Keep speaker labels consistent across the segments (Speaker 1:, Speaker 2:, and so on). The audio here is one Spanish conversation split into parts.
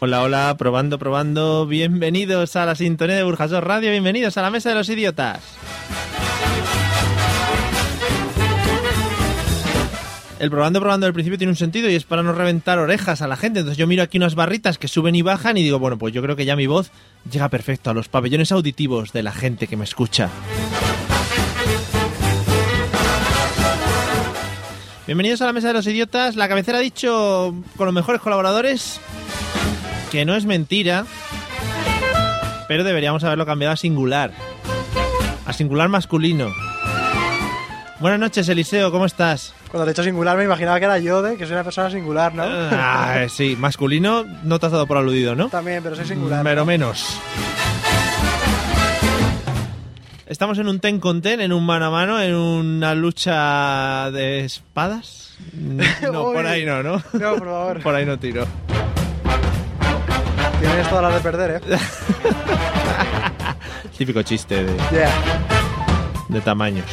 Speaker 1: Hola, hola, probando, probando. Bienvenidos a la sintonía de Burjasot Radio, bienvenidos a la Mesa de los Idiotas. El probando, probando al principio tiene un sentido y es para no reventar orejas a la gente. Entonces yo miro aquí unas barritas que suben y bajan y digo, bueno, pues yo creo que ya mi voz llega perfecto a los pabellones auditivos de la gente que me escucha. Bienvenidos a la Mesa de los Idiotas. La cabecera ha dicho con los mejores colaboradores que no es mentira, pero deberíamos haberlo cambiado a singular. A singular masculino. Buenas noches, Eliseo, ¿cómo estás?
Speaker 2: Cuando le he hecho singular me imaginaba que era yo, de que soy una persona singular, ¿no?
Speaker 1: Ah, sí, masculino no te has dado por aludido, ¿no?
Speaker 2: También, pero soy singular.
Speaker 1: Pero menos. Estamos en un ten con ten, en un mano a mano, en una lucha de espadas. No,
Speaker 2: Uy.
Speaker 1: por ahí no, ¿no?
Speaker 2: No, por favor.
Speaker 1: Por ahí no tiro.
Speaker 2: Tienes todas las de perder, ¿eh?
Speaker 1: Típico chiste de...
Speaker 2: Yeah.
Speaker 1: de tamaños.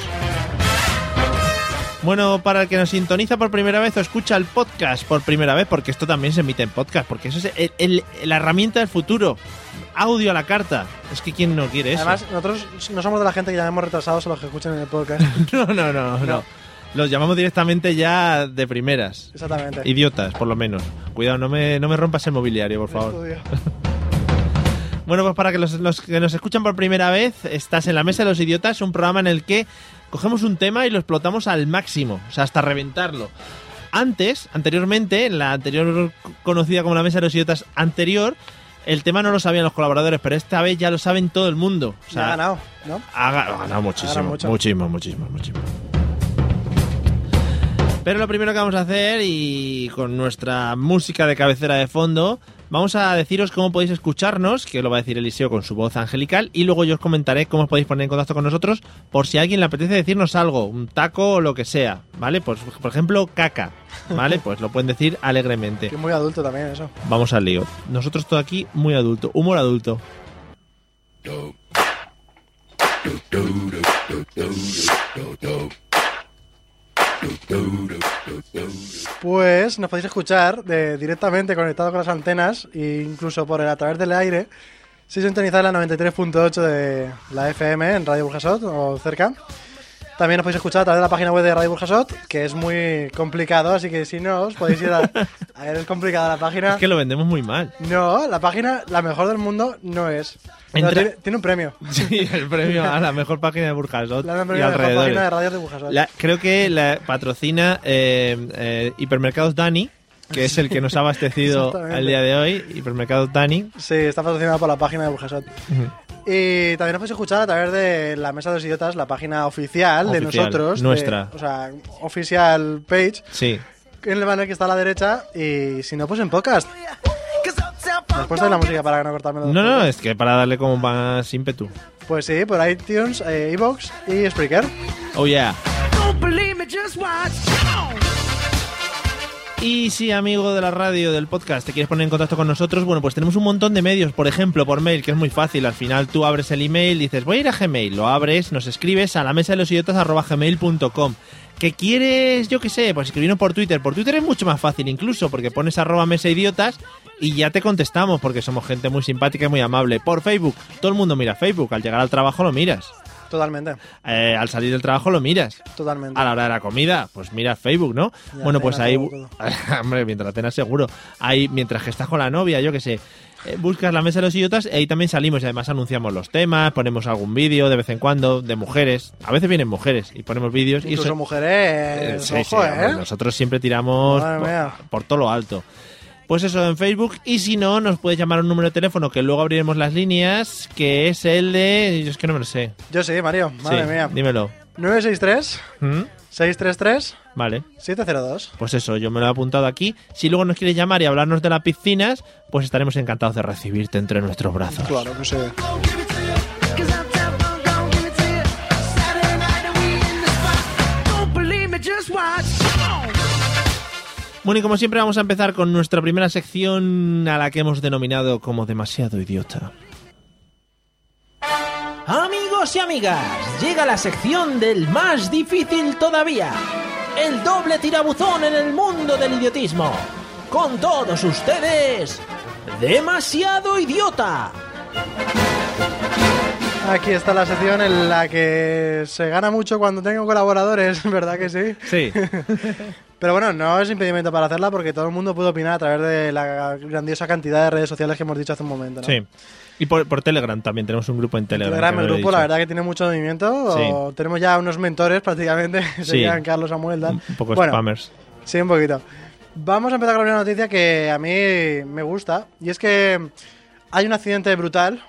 Speaker 1: Bueno, para el que nos sintoniza por primera vez o escucha el podcast por primera vez, porque esto también se emite en podcast, porque eso es el- el- la herramienta del futuro. Audio a la carta. Es que quién no quiere eso.
Speaker 2: Además, nosotros no somos de la gente que llamamos retrasados a los que escuchan en el podcast.
Speaker 1: no, no, no, no. Los llamamos directamente ya de primeras.
Speaker 2: Exactamente.
Speaker 1: Idiotas, por lo menos. Cuidado, no me, no me rompas el mobiliario,
Speaker 2: Pues
Speaker 1: por favor.
Speaker 2: Estudio.
Speaker 1: Bueno, pues para que los, los que nos escuchan por primera vez, estás en la Mesa de los Idiotas, un programa en el que cogemos un tema y lo explotamos al máximo, o sea, hasta reventarlo. Antes, anteriormente, en la anterior conocida como la Mesa de los Idiotas anterior, el tema no lo sabían los colaboradores, pero esta vez ya lo saben todo el mundo. O
Speaker 2: Ya ha
Speaker 1: sea,
Speaker 2: ganado, ¿no?
Speaker 1: ha ga- ha ganado muchísimo,
Speaker 2: ganado mucho.
Speaker 1: muchísimo, muchísimo, muchísimo. Pero lo primero que vamos a hacer, y con nuestra música de cabecera de fondo, vamos a deciros cómo podéis escucharnos, que lo va a decir Eliseo con su voz angelical, y luego yo os comentaré cómo os podéis poner en contacto con nosotros por si a alguien le apetece decirnos algo, un taco o lo que sea, ¿vale? Pues, por ejemplo, caca, ¿vale? Pues lo pueden decir alegremente.
Speaker 2: Que es muy adulto también eso.
Speaker 1: Vamos al lío. Nosotros todo aquí muy adulto, humor adulto.
Speaker 2: Pues nos podéis escuchar de- directamente conectado con las antenas e incluso por el a través del aire. Si sintonizáis la 93.8 de la FM en Radio Burjasot o cerca. También os podéis escuchar a través de la página web de Radio Burjasot, que es muy complicado, así que si no, os podéis ir a... a ver, es complicada la página.
Speaker 1: Es que lo vendemos muy mal.
Speaker 2: No, la página, la mejor del mundo, no es. Pero
Speaker 1: Entra-
Speaker 2: tiene, tiene un premio.
Speaker 1: Sí, el premio a la mejor página de Burjasot
Speaker 2: La mejor
Speaker 1: y
Speaker 2: la mejor página de
Speaker 1: alrededores.
Speaker 2: radios de Burjasot.
Speaker 1: La- creo que la patrocina eh, eh, Hipermercados Dani, que es el que nos ha abastecido
Speaker 2: Exactamente.
Speaker 1: al día de hoy. Hipermercados Dani.
Speaker 2: Sí, está patrocinada por la página de Burjasot. Y también nos podéis escuchar a través de la Mesa de los Idiotas, la página oficial, de
Speaker 1: Oficial,
Speaker 2: nosotros. de-
Speaker 1: nuestra.
Speaker 2: o sea, oficial page,
Speaker 1: Sí.
Speaker 2: en el banner que está a la derecha. Y si no, pues en podcast. Después de la música para no cortarme los
Speaker 1: No, no,
Speaker 2: dedos.
Speaker 1: es que para darle como más ímpetu.
Speaker 2: Pues sí, por iTunes, eh, iVoox y Spreaker.
Speaker 1: Oh, yeah. Y si, amigo de la radio, del podcast, te quieres poner en contacto con nosotros, bueno, pues tenemos un montón de medios, por ejemplo, por mail, que es muy fácil. Al final tú abres el email, dices, voy a ir a Gmail, lo abres, nos escribes a la mesa de los idiotas arroba gmail.com. ¿Qué quieres, yo qué sé? Pues escribirnos por Twitter. Por Twitter es mucho más fácil incluso, porque pones arroba mesa idiotas y ya te contestamos, porque somos gente muy simpática y muy amable. Por Facebook, todo el mundo mira Facebook, al llegar al trabajo lo miras.
Speaker 2: Totalmente,
Speaker 1: Eh, al salir del trabajo lo miras.
Speaker 2: totalmente.
Speaker 1: A la hora de la comida, pues mira Facebook, ¿no?
Speaker 2: Ya,
Speaker 1: bueno, pues
Speaker 2: cena,
Speaker 1: ahí.
Speaker 2: todo,
Speaker 1: Hombre, mientras cenas seguro. Ahí, mientras que estás con la novia, yo qué sé. eh, Buscas la mesa de los idiotas y ahí también salimos y además anunciamos los temas, ponemos algún vídeo de vez en cuando de mujeres. A veces vienen mujeres y ponemos vídeos y
Speaker 2: Incluso
Speaker 1: eso-
Speaker 2: mujeres,
Speaker 1: eh, sí, sí,
Speaker 2: ojo,
Speaker 1: hombre,
Speaker 2: ¿eh?
Speaker 1: Nosotros siempre tiramos
Speaker 2: Madre mía.
Speaker 1: por, por todo lo alto. Pues eso en Facebook. Y si no, nos puedes llamar a un número de teléfono que luego abriremos las líneas, que es el de. Yo es que no me lo sé.
Speaker 2: Yo sí, Mario, madre
Speaker 1: Sí,
Speaker 2: mía.
Speaker 1: Dímelo.
Speaker 2: 963
Speaker 1: ¿Mm?
Speaker 2: 633
Speaker 1: Vale.
Speaker 2: 702.
Speaker 1: Pues eso, yo me lo he apuntado aquí. Si luego nos quieres llamar y hablarnos de las piscinas, pues estaremos encantados de recibirte entre nuestros brazos.
Speaker 2: Claro que sí.
Speaker 1: Bueno, y como siempre vamos a empezar con nuestra primera sección a la que hemos denominado como demasiado idiota.
Speaker 3: Amigos y amigas, llega la sección del más difícil todavía. El doble tirabuzón en el mundo del idiotismo. Con todos ustedes, demasiado idiota.
Speaker 2: Aquí está la sección en la que se gana mucho cuando tengo colaboradores, ¿verdad que sí?
Speaker 1: Sí.
Speaker 2: Pero bueno, no es impedimento para hacerla porque todo el mundo puede opinar a través de la grandiosa cantidad de redes sociales que hemos dicho hace un momento. ¿no?
Speaker 1: Sí. Y por, por Telegram también, tenemos un grupo en Telegram.
Speaker 2: Telegram,
Speaker 1: que
Speaker 2: el
Speaker 1: no lo he
Speaker 2: grupo, la
Speaker 1: dicho.
Speaker 2: verdad que tiene mucho movimiento.
Speaker 1: Sí.
Speaker 2: o tenemos ya unos mentores prácticamente. Serían Carlos Samuel, tal.
Speaker 1: Un poco
Speaker 2: bueno,
Speaker 1: spammers.
Speaker 2: Sí, un poquito. Vamos a empezar con una noticia que a mí me gusta. Y es que hay un accidente brutal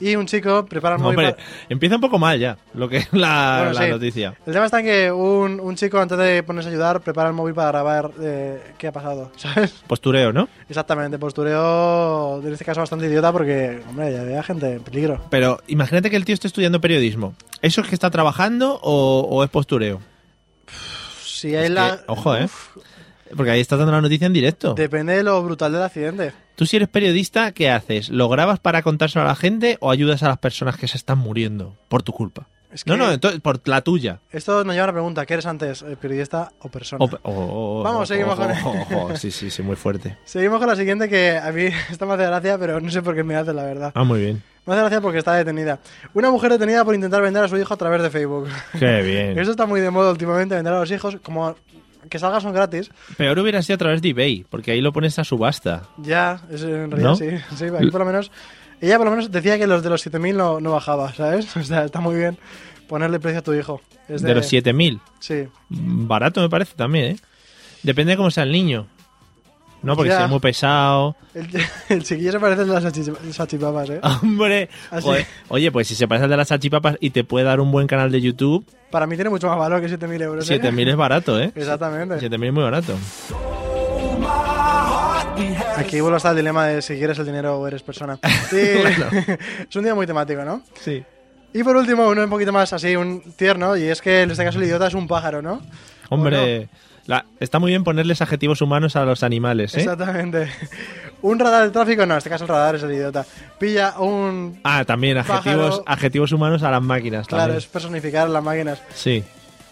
Speaker 2: y un chico prepara el móvil
Speaker 1: Hombre,
Speaker 2: para-
Speaker 1: empieza un poco mal ya lo que es la,
Speaker 2: Bueno,
Speaker 1: Ah, la
Speaker 2: sí.
Speaker 1: noticia.
Speaker 2: El tema está en que un, un chico, antes de ponerse a ayudar, prepara el móvil para grabar eh, qué ha pasado, ¿sabes?
Speaker 1: Postureo, ¿no?
Speaker 2: Exactamente, postureo, en este caso, bastante idiota porque, hombre, ya había gente en peligro.
Speaker 1: Pero imagínate que el tío esté estudiando periodismo. ¿Eso es que está trabajando o, o es postureo?
Speaker 2: Si hay
Speaker 1: Es
Speaker 2: la...
Speaker 1: que, ojo, ¿eh? Porque ahí está dando la noticia en directo.
Speaker 2: Depende de lo brutal del accidente.
Speaker 1: Tú si eres periodista, ¿qué haces? ¿Lo grabas para contárselo a la gente o ayudas a las personas que se están muriendo por tu culpa?
Speaker 2: Es
Speaker 1: No,
Speaker 2: que-
Speaker 1: no, entonces, por la tuya.
Speaker 2: Esto nos lleva a la pregunta, ¿qué eres antes, eh, periodista o persona?
Speaker 1: O- o- o-
Speaker 2: Vamos,
Speaker 1: o-
Speaker 2: seguimos
Speaker 1: o-
Speaker 2: con-
Speaker 1: o- o- Sí, sí, sí, muy fuerte.
Speaker 2: Seguimos con la siguiente que a mí esta me hace gracia, pero no sé por qué me hace, la verdad.
Speaker 1: Ah, muy bien.
Speaker 2: Me hace gracia porque está detenida. Una mujer detenida por intentar vender a su hijo a través de Facebook.
Speaker 1: Qué bien.
Speaker 2: Eso está muy de moda últimamente, vender a los hijos, como que salgan son gratis.
Speaker 1: Peor hubiera sido a través de eBay, porque ahí lo pones a subasta.
Speaker 2: Ya, es, en realidad
Speaker 1: ¿No?
Speaker 2: sí. Sí, aquí por lo menos. Ella por lo menos decía que los de los 7000 no, no bajaba, ¿sabes? O sea, está muy bien ponerle precio a tu hijo. Es
Speaker 1: De los 7000.
Speaker 2: Sí.
Speaker 1: Barato me parece también, ¿eh? Depende de cómo sea el niño. No, porque
Speaker 2: Ya.
Speaker 1: si es muy pesado.
Speaker 2: El, el chiquillo se parece a las salchich- salchipapas, ¿eh?
Speaker 1: Hombre,
Speaker 2: Así.
Speaker 1: joder. oye, pues si se parece al de las salchipapas y te puede dar un buen canal de YouTube,
Speaker 2: Para mí tiene mucho más valor que 7000 euros. ¿eh?
Speaker 1: 7000 es barato, ¿eh?
Speaker 2: Exactamente.
Speaker 1: 7000 es muy barato.
Speaker 2: Aquí vuelvo hasta el dilema de si quieres el dinero o eres persona. Sí, es un día muy temático, ¿no?
Speaker 1: Sí.
Speaker 2: Y por último, uno un poquito más así, un tierno, y es que en este caso el idiota es un pájaro, ¿no?
Speaker 1: Hombre, la- está muy bien ponerles adjetivos humanos a los animales, ¿eh?
Speaker 2: Exactamente. Un radar de tráfico, no, en este caso el radar es el idiota. Pilla un...
Speaker 1: Ah, también adjetivos,
Speaker 2: Pájaro.
Speaker 1: adjetivos humanos a las máquinas
Speaker 2: Claro,
Speaker 1: también.
Speaker 2: es personificar las máquinas.
Speaker 1: Sí.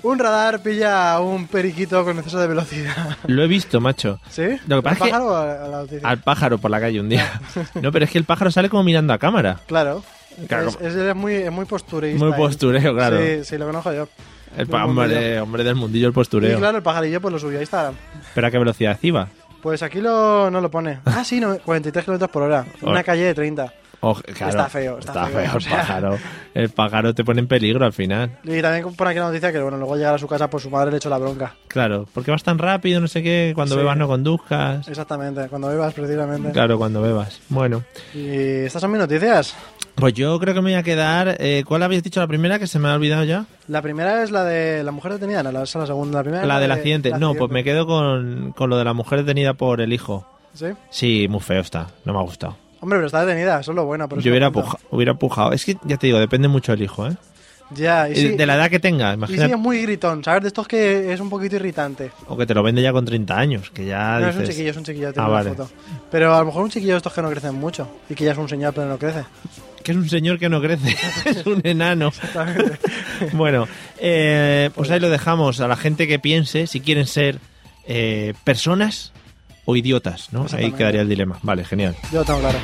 Speaker 2: Un radar pilla a un periquito con exceso de velocidad.
Speaker 1: Lo he visto, macho.
Speaker 2: ¿Sí?
Speaker 1: Lo que pasa
Speaker 2: ¿Al
Speaker 1: es que-
Speaker 2: pájaro o a a la noticia?
Speaker 1: Al pájaro por la calle un día. No, pero es que el pájaro sale como mirando a cámara.
Speaker 2: Claro.
Speaker 1: Claro,
Speaker 2: es, es- es muy, es muy posturista.
Speaker 1: Muy
Speaker 2: ¿eh?
Speaker 1: postureo, claro.
Speaker 2: Sí, sí, lo conozco yo.
Speaker 1: El
Speaker 2: Muy
Speaker 1: pa- hombre, hombre del mundillo el
Speaker 2: Y
Speaker 1: postureo.
Speaker 2: claro, el pajarillo pues lo subió a Instagram.
Speaker 1: Pero a qué velocidad iba.
Speaker 2: Pues aquí lo, no lo pone. Ah, sí, no, 43 kilómetros por hora. Una
Speaker 1: Ahora.
Speaker 2: calle de 30.
Speaker 1: Oh, claro,
Speaker 2: Está feo, está feo, o
Speaker 1: el
Speaker 2: sea.
Speaker 1: pájaro. El pájaro te pone en peligro al final.
Speaker 2: Y también pone aquí la noticia que, bueno, luego al llegar a su casa por su madre le echó la bronca.
Speaker 1: Claro, porque vas tan rápido, no sé qué, cuando
Speaker 2: Sí.
Speaker 1: bebas no conduzcas.
Speaker 2: Exactamente, cuando bebas precisamente.
Speaker 1: Claro, cuando bebas. Bueno,
Speaker 2: Y Eh, estas son mis noticias.
Speaker 1: pues yo creo que me voy a quedar. eh, ¿Cuál habéis dicho la primera que se me ha olvidado ya?
Speaker 2: La primera es la de la mujer detenida, no, la, esa es la segunda. La primera
Speaker 1: La
Speaker 2: es
Speaker 1: del
Speaker 2: de-
Speaker 1: accidente.
Speaker 2: el
Speaker 1: No, pues me quedo
Speaker 2: accidente.
Speaker 1: con, con lo de la mujer detenida por el hijo.
Speaker 2: ¿Sí?
Speaker 1: Sí, muy feo está. No me ha gustado.
Speaker 2: Hombre, pero está detenida, eso es lo bueno. Por eso
Speaker 1: Yo hubiera,
Speaker 2: cuenta.
Speaker 1: puja- hubiera pujado. Es que ya te digo, depende mucho el hijo, ¿eh?
Speaker 2: Ya, y sí,
Speaker 1: De la edad que tenga,
Speaker 2: y sí
Speaker 1: imagínate.
Speaker 2: es muy gritón, ¿sabes? De estos que es un poquito irritante.
Speaker 1: O que te lo vende ya con 30 años, que ya
Speaker 2: no, es un
Speaker 1: dices...
Speaker 2: chiquillo, es un chiquillo, tiene
Speaker 1: Ah,
Speaker 2: una
Speaker 1: vale.
Speaker 2: foto. Pero a lo mejor un chiquillo de estos que no crecen mucho y que ya es un señor pero no crece.
Speaker 1: Que es un señor que no crece, es un enano. bueno, eh, pues ahí lo dejamos a la gente que piense si quieren ser eh, personas o idiotas, ¿no? Ahí
Speaker 2: Exactamente.
Speaker 1: quedaría el dilema. Vale, genial.
Speaker 2: Yo lo tengo claro.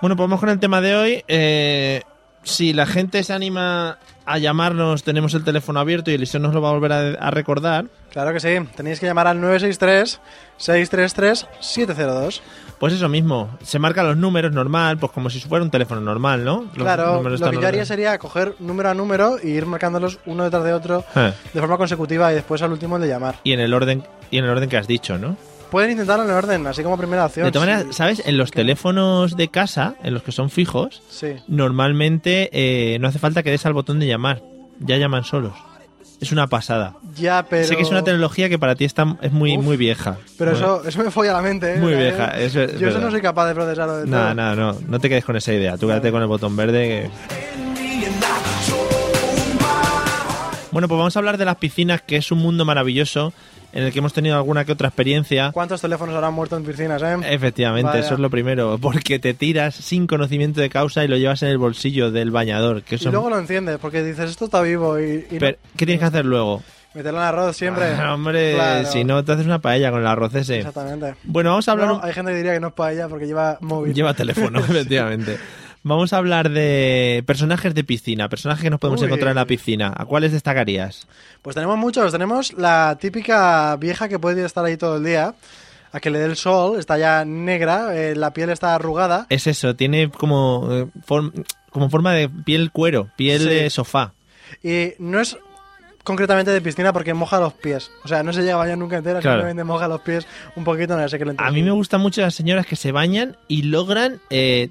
Speaker 1: Bueno, pues vamos con el tema de hoy. Eh, si la gente se anima a llamarnos, tenemos el teléfono abierto y Eliseo nos lo va a volver a, a recordar.
Speaker 2: Claro que sí, tenéis que llamar al 963-633-702.
Speaker 1: Pues eso mismo, se marcan los números normal, pues como si fuera un teléfono normal, ¿no? Los
Speaker 2: Claro,
Speaker 1: números
Speaker 2: lo
Speaker 1: están
Speaker 2: que yo haría
Speaker 1: ordenados.
Speaker 2: sería coger número a número y ir marcándolos uno detrás de otro
Speaker 1: Eh.
Speaker 2: de forma consecutiva y después al último el de llamar.
Speaker 1: Y en el orden y en el orden que has dicho, ¿no?
Speaker 2: Pueden intentarlo en orden, así como primera opción.
Speaker 1: De todas
Speaker 2: sí.
Speaker 1: maneras, ¿sabes? En los teléfonos de casa, en los que son fijos,
Speaker 2: Sí.
Speaker 1: normalmente eh, no hace falta que des al botón de llamar. Ya llaman solos. Es una pasada.
Speaker 2: Ya, pero.
Speaker 1: Sé que es una tecnología que para ti está, es muy,
Speaker 2: Uf,
Speaker 1: muy vieja.
Speaker 2: Pero
Speaker 1: Bueno,
Speaker 2: eso, eso me folla la mente, ¿eh?
Speaker 1: Muy
Speaker 2: O sea,
Speaker 1: vieja,
Speaker 2: yo-
Speaker 1: eso es
Speaker 2: Yo eso
Speaker 1: verdad.
Speaker 2: no soy capaz de procesarlo de
Speaker 1: No,
Speaker 2: todo.
Speaker 1: no, no, no te quedes con esa idea. Tú quédate con el botón verde. que- Bueno, pues vamos a hablar de las piscinas, que es un mundo maravilloso en el que hemos tenido alguna que otra experiencia.
Speaker 2: ¿Cuántos teléfonos habrán muerto en piscinas, eh?
Speaker 1: Efectivamente,
Speaker 2: Vaya.
Speaker 1: eso es lo primero, porque te tiras sin conocimiento de causa y lo llevas en el bolsillo del bañador. Que
Speaker 2: Y
Speaker 1: eso...
Speaker 2: luego lo enciendes, porque dices, esto está vivo y, y no-
Speaker 1: Pero, ¿Qué tienes que hacer luego?
Speaker 2: meterlo en arroz siempre.
Speaker 1: Ah, hombre,
Speaker 2: Claro,
Speaker 1: si no te haces una paella con el arroz ese.
Speaker 2: Exactamente.
Speaker 1: Bueno, vamos a hablar
Speaker 2: No,
Speaker 1: un-
Speaker 2: Hay gente que diría que no es paella porque lleva móvil.
Speaker 1: Lleva teléfono, efectivamente. Vamos a hablar de personajes de piscina, personajes que nos podemos
Speaker 2: Uy.
Speaker 1: encontrar en la piscina. ¿A cuáles destacarías?
Speaker 2: Pues tenemos muchos. Tenemos la típica vieja que puede estar ahí todo el día, a que le dé el sol, está ya negra, eh, la piel está arrugada.
Speaker 1: Es eso, tiene como, eh, form- como forma de piel cuero, piel
Speaker 2: Sí.
Speaker 1: de sofá.
Speaker 2: Y no es concretamente de piscina porque moja los pies. O sea, no se llega a bañar nunca entera,
Speaker 1: Claro.
Speaker 2: simplemente moja los pies un poquito, no sé qué le
Speaker 1: A mí me gustan mucho las señoras que se bañan y logran eh,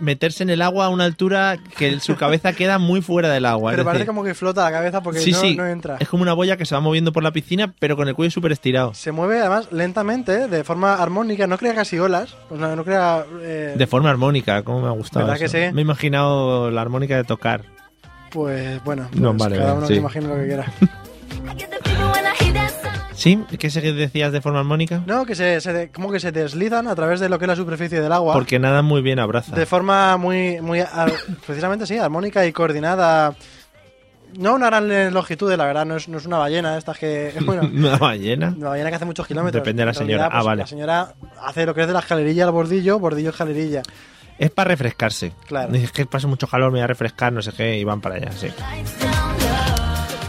Speaker 1: meterse en el agua a una altura que el- su cabeza queda muy fuera del agua. es
Speaker 2: Pero parece
Speaker 1: decir,
Speaker 2: como que flota la cabeza porque
Speaker 1: sí,
Speaker 2: no,
Speaker 1: sí,
Speaker 2: no entra.
Speaker 1: es como una boya que se va moviendo por la piscina, pero con el cuello súper estirado.
Speaker 2: Se mueve además lentamente, de forma armónica, no crea casi olas, o sea, no crea... eh,
Speaker 1: De forma armónica, como me ha gustado.
Speaker 2: ¿Verdad que
Speaker 1: eso.
Speaker 2: sí?
Speaker 1: Me he imaginado la armónica de tocar.
Speaker 2: Pues bueno,
Speaker 1: No,
Speaker 2: pues
Speaker 1: vale,
Speaker 2: cada
Speaker 1: vale,
Speaker 2: uno
Speaker 1: sí.
Speaker 2: se imagina lo que quiera.
Speaker 1: ¿Sí? ¿Qué se- decías de forma armónica?
Speaker 2: No, que se, se de- como que se deslizan a través de lo que es la superficie del agua.
Speaker 1: Porque nada muy bien abraza.
Speaker 2: De forma muy, muy ar- precisamente sí, armónica y coordinada. No una gran longitud, la verdad, no es, no es una ballena de estas que... Bueno,
Speaker 1: Una ballena.
Speaker 2: una ballena que hace muchos kilómetros.
Speaker 1: Depende de la
Speaker 2: En pues,
Speaker 1: señora. Ah, vale.
Speaker 2: La señora hace lo que es de la escalerilla al bordillo, bordillo escalerilla.
Speaker 1: Es para refrescarse.
Speaker 2: Claro.
Speaker 1: Es que pasa mucho calor, me voy a refrescar, no sé qué, y van para allá, sí.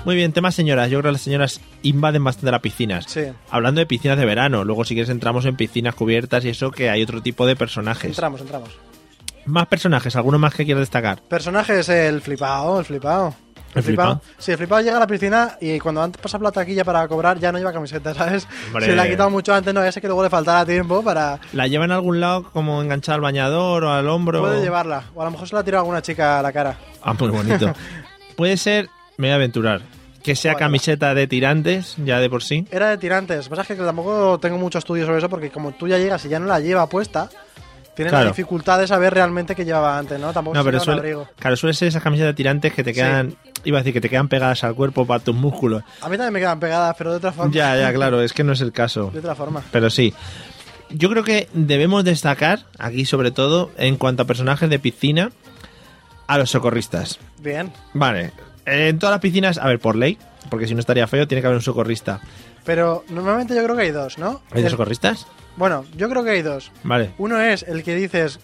Speaker 1: Muy bien, tema señoras. Yo creo que las señoras invaden bastante las piscinas.
Speaker 2: Sí.
Speaker 1: Hablando de piscinas de verano, luego si quieres entramos en piscinas cubiertas y eso, que hay otro tipo de personajes.
Speaker 2: Entramos, entramos.
Speaker 1: Más personajes, alguno más que quieras destacar.
Speaker 2: Personaje es el flipao, el flipao.
Speaker 1: ¿El flipao?
Speaker 2: Sí, el flipao llega a la piscina y cuando antes pasa por la taquilla para cobrar ya no lleva camiseta, ¿sabes?
Speaker 1: Hombre.
Speaker 2: Se la ha quitado mucho antes, no, ya sé que luego le faltará tiempo para...
Speaker 1: ¿La llevan a algún lado como enganchada al bañador o al hombro?
Speaker 2: Puede llevarla, o a lo mejor se la ha tirado alguna chica a la cara.
Speaker 1: Ah, muy bonito. Puede ser, me voy a aventurar, que sea
Speaker 2: Bueno.
Speaker 1: camiseta de tirantes, ya de por sí.
Speaker 2: Era de tirantes, pasa que tampoco tengo mucho estudio sobre eso porque como tú ya llegas y ya no la lleva puesta, tienes
Speaker 1: Claro.
Speaker 2: la dificultad de saber realmente qué llevaba antes, ¿no? Tampoco
Speaker 1: No,
Speaker 2: se
Speaker 1: pero
Speaker 2: lleva un
Speaker 1: suele,
Speaker 2: abrigo.
Speaker 1: claro, suele ser esas camisetas de tirantes que te
Speaker 2: Sí.
Speaker 1: quedan, iba a decir que te quedan pegadas al cuerpo para tus músculos.
Speaker 2: A mí también me quedan pegadas, pero de otra forma.
Speaker 1: Ya, ya, claro, es que no es el caso.
Speaker 2: De otra forma.
Speaker 1: Pero sí. Yo creo que debemos destacar, aquí sobre todo, en cuanto a personajes de piscina, a los socorristas.
Speaker 2: Bien.
Speaker 1: Vale, en todas las piscinas, a ver, por ley, porque si no estaría feo, tiene que haber un socorrista.
Speaker 2: Pero normalmente yo creo que hay dos, ¿no?
Speaker 1: ¿Hay
Speaker 2: El-
Speaker 1: socorristas?
Speaker 2: Bueno, yo creo que hay dos.
Speaker 1: Vale.
Speaker 2: Uno es el que dices,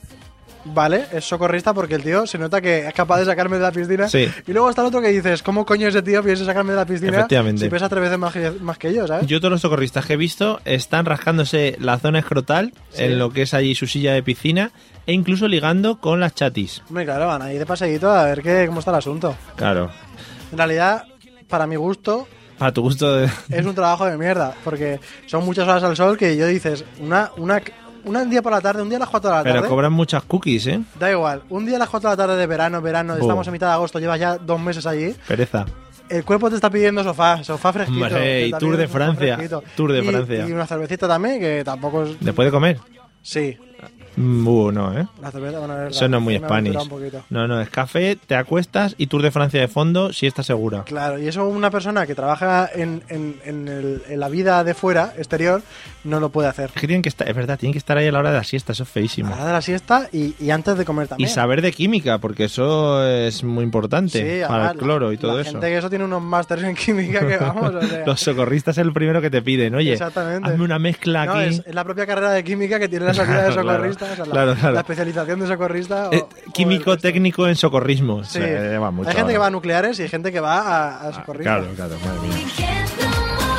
Speaker 2: vale, es socorrista porque el tío se nota que es capaz de sacarme de la piscina.
Speaker 1: Sí.
Speaker 2: Y luego está el otro que dices, ¿cómo coño ese tío piensa sacarme de la piscina?
Speaker 1: Efectivamente.
Speaker 2: Si pesa tres veces más que, más que yo, ¿sabes?
Speaker 1: Yo todos los socorristas que he visto están rascándose la zona escrotal,
Speaker 2: Sí.
Speaker 1: en lo que es allí su silla de piscina, e incluso ligando con las chatis.
Speaker 2: Hombre, claro, van ahí de paseíto a ver qué, cómo está el asunto.
Speaker 1: Claro.
Speaker 2: En realidad, para mi gusto,
Speaker 1: Para tu gusto de...
Speaker 2: es un trabajo de mierda, porque son muchas horas al sol que yo dices, una, una, un día por la tarde, un día a las 4 de la tarde.
Speaker 1: Pero cobran muchas cookies, ¿eh?
Speaker 2: Da igual, un día a las 4 de la tarde de verano, verano,
Speaker 1: Bu.
Speaker 2: estamos a mitad de agosto, llevas ya dos meses allí.
Speaker 1: Pereza.
Speaker 2: El cuerpo te está pidiendo sofá, sofá fresquito.
Speaker 1: Hombre,
Speaker 2: que
Speaker 1: y
Speaker 2: también
Speaker 1: Tour de
Speaker 2: es un sofá
Speaker 1: Francia,
Speaker 2: fresquito.
Speaker 1: Tour de
Speaker 2: Y-
Speaker 1: Francia.
Speaker 2: Y una cervecita también, que tampoco es.
Speaker 1: ¿Después de comer?
Speaker 2: Sí,
Speaker 1: Mm, uh, no, ¿eh?
Speaker 2: la cerveza, bueno, es verdad,
Speaker 1: Eso no es muy
Speaker 2: me aventura
Speaker 1: Spanish.
Speaker 2: un poquito.
Speaker 1: No, no, es café, te acuestas y Tour de Francia de fondo si estás segura.
Speaker 2: Claro, y eso una persona que trabaja en, en- en el- en la vida de fuera, exterior, no lo puede hacer.
Speaker 1: Es que tienen que estar, es verdad, tienen que estar ahí a la hora de la siesta, eso es
Speaker 2: A
Speaker 1: feísimo.
Speaker 2: la hora de la siesta y, y antes de comer
Speaker 1: Ah. y
Speaker 2: Ah, también.
Speaker 1: saber de química, porque eso es muy importante para
Speaker 2: además,
Speaker 1: el cloro y
Speaker 2: la-
Speaker 1: todo
Speaker 2: la
Speaker 1: eso.
Speaker 2: gente que eso tiene unos másteres en química que vamos, o sea,
Speaker 1: Los socorristas es el primero que te piden, oye,
Speaker 2: Exactamente.
Speaker 1: hazme una mezcla
Speaker 2: no,
Speaker 1: aquí. Eh,
Speaker 2: es, es la propia carrera de química que tiene la salida de
Speaker 1: Claro,
Speaker 2: socorrista, o sea, la,
Speaker 1: Claro, claro.
Speaker 2: la especialización de socorrista. o-
Speaker 1: Eh,
Speaker 2: o el
Speaker 1: químico
Speaker 2: resto.
Speaker 1: técnico en socorrismo. O
Speaker 2: Sí.
Speaker 1: sea, eh, va mucho
Speaker 2: hay gente que va
Speaker 1: ahora.
Speaker 2: a nucleares y hay gente que va a, a
Speaker 1: Ah,
Speaker 2: socorrismo.
Speaker 1: Claro, claro, madre mía.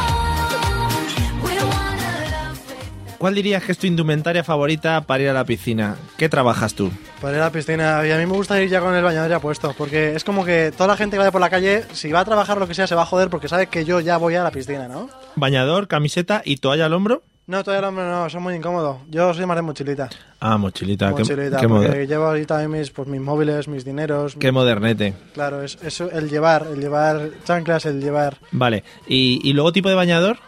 Speaker 1: ¿Cuál dirías que es tu indumentaria favorita para ir a la piscina? ¿Qué trabajas tú?
Speaker 2: Para ir a Pues la piscina. Y a mí me gusta ir ya con el bañador ya puesto, porque es como que toda la gente que vaya por la calle, si va a trabajar o lo que sea, se va a joder porque sabe que yo ya voy a la piscina, ¿no?
Speaker 1: ¿Bañador, camiseta y toalla al hombro?
Speaker 2: No, todavía no, no, eso es muy incómodo. Yo soy más de mochilita.
Speaker 1: Ah, mochilita. qué-
Speaker 2: mochilita,
Speaker 1: qué,
Speaker 2: porque
Speaker 1: moder-
Speaker 2: llevo ahí también mis, pues, mis móviles, mis dineros.
Speaker 1: qué modernete.
Speaker 2: mis- Claro, es, es el llevar, el llevar chanclas, el llevar...
Speaker 1: Vale. ¿Y, y luego tipo de bañador?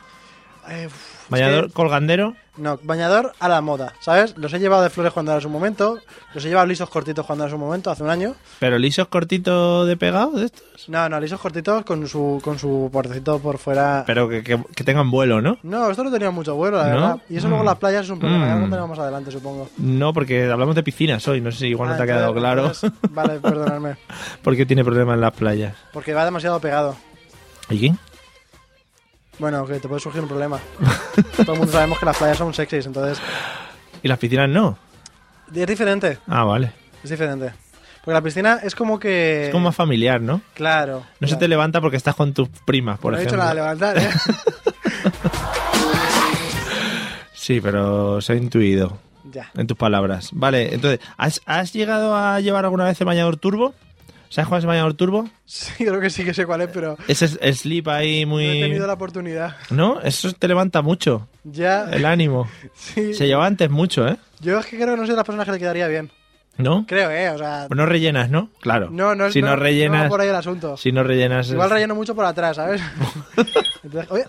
Speaker 2: eh, uf, es
Speaker 1: ¿Bañador
Speaker 2: que-
Speaker 1: colgandero?
Speaker 2: no, bañador a la moda, ¿sabes? Los he llevado de flores cuando era su momento, los he llevado lisos cortitos cuando era su momento, hace un año.
Speaker 1: ¿Pero lisos cortitos de pegado de estos?
Speaker 2: No, no, lisos cortitos con su, con su bordecito por fuera...
Speaker 1: Pero que, que- que tengan vuelo, ¿no?
Speaker 2: No, esto no tenía mucho vuelo, la
Speaker 1: ¿No?
Speaker 2: verdad. Y eso luego
Speaker 1: Mm.
Speaker 2: las playas es un problema, ya lo
Speaker 1: Mm.
Speaker 2: tenemos más adelante, supongo.
Speaker 1: No, porque hablamos de piscinas hoy. No sé si igual
Speaker 2: Ah,
Speaker 1: no te ha quedado
Speaker 2: entonces-
Speaker 1: claro
Speaker 2: entonces- vale, perdonadme.
Speaker 1: por qué tiene problemas en las playas.
Speaker 2: Porque va demasiado pegado.
Speaker 1: ¿Y quién?
Speaker 2: Bueno, que te puede surgir un problema. Todo el mundo sabemos que las playas son sexys, entonces...
Speaker 1: ¿Y las piscinas no?
Speaker 2: Es diferente,
Speaker 1: Ah, vale.
Speaker 2: es diferente. Porque la piscina es como que...
Speaker 1: Es como más familiar, ¿no?
Speaker 2: Claro.
Speaker 1: No se te levanta porque estás con tus primas, por
Speaker 2: No he dicho
Speaker 1: ejemplo.
Speaker 2: nada de levantar, ¿eh?
Speaker 1: Sí, pero se ha intuido
Speaker 2: ya.
Speaker 1: en tus palabras. Vale, entonces, ¿has, has llegado a llevar alguna vez el bañador turbo? ¿Sabes cuál es el bañador turbo?
Speaker 2: Sí, creo que sí que sé cuál es, pero...
Speaker 1: Ese es- el slip ahí
Speaker 2: No he
Speaker 1: muy...
Speaker 2: tenido la oportunidad.
Speaker 1: No, eso te levanta mucho
Speaker 2: Ya...
Speaker 1: el ánimo.
Speaker 2: Sí.
Speaker 1: Se llevaba antes mucho, ¿eh?
Speaker 2: Yo es que creo que no soy de las personas que le quedaría bien.
Speaker 1: ¿No?
Speaker 2: Creo, ¿eh? O sea...
Speaker 1: Pues No rellenas, ¿no? Claro.
Speaker 2: No, no es
Speaker 1: si no,
Speaker 2: no,
Speaker 1: rellenas,
Speaker 2: va por ahí el asunto.
Speaker 1: si no rellenas,
Speaker 2: Igual relleno mucho por atrás, ¿sabes? Entonces, oye,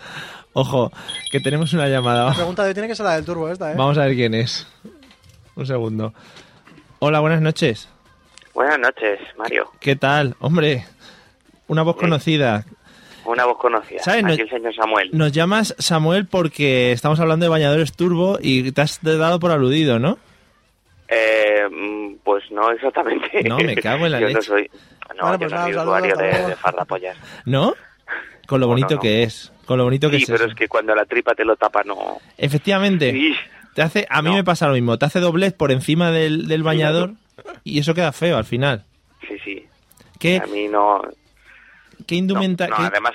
Speaker 1: ojo, que tenemos una llamada.
Speaker 2: la pregunta de hoy tiene que ser la del turbo esta, ¿eh?
Speaker 1: Vamos a ver quién es. Un segundo. Hola, buenas noches.
Speaker 4: Buenas noches, Mario.
Speaker 1: ¿Qué tal? Hombre, una voz conocida.
Speaker 4: Una voz conocida.
Speaker 1: ¿Sabes? No- Mm.
Speaker 4: Aquí el señor Samuel.
Speaker 1: Nos llamas Samuel porque estamos hablando de bañadores turbo y te has dado por aludido, ¿no?
Speaker 4: Eh, mm, pues no exactamente.
Speaker 1: No, me cago en la
Speaker 4: yo No
Speaker 1: leche.
Speaker 4: soy, no,
Speaker 2: Bueno, pues
Speaker 4: yo no
Speaker 2: nada,
Speaker 4: soy
Speaker 2: saludos,
Speaker 4: usuario
Speaker 2: hasta
Speaker 4: de,
Speaker 2: luego.
Speaker 4: de farrapollas.
Speaker 1: ¿No? Con lo
Speaker 4: Bueno,
Speaker 1: bonito
Speaker 4: no.
Speaker 1: que es. Con lo bonito que
Speaker 4: Sí,
Speaker 1: es.
Speaker 4: pero
Speaker 1: eso.
Speaker 4: es que cuando la tripa te lo tapa, no.
Speaker 1: Efectivamente.
Speaker 4: Sí.
Speaker 1: Te hace, a mí
Speaker 4: No.
Speaker 1: me pasa lo mismo. Te hace doblez por encima del, del bañador y eso queda feo al final.
Speaker 4: Sí, sí.
Speaker 1: ¿Qué,
Speaker 4: A mí no. no,
Speaker 1: qué indumenta-
Speaker 4: no,
Speaker 1: qué-
Speaker 4: además,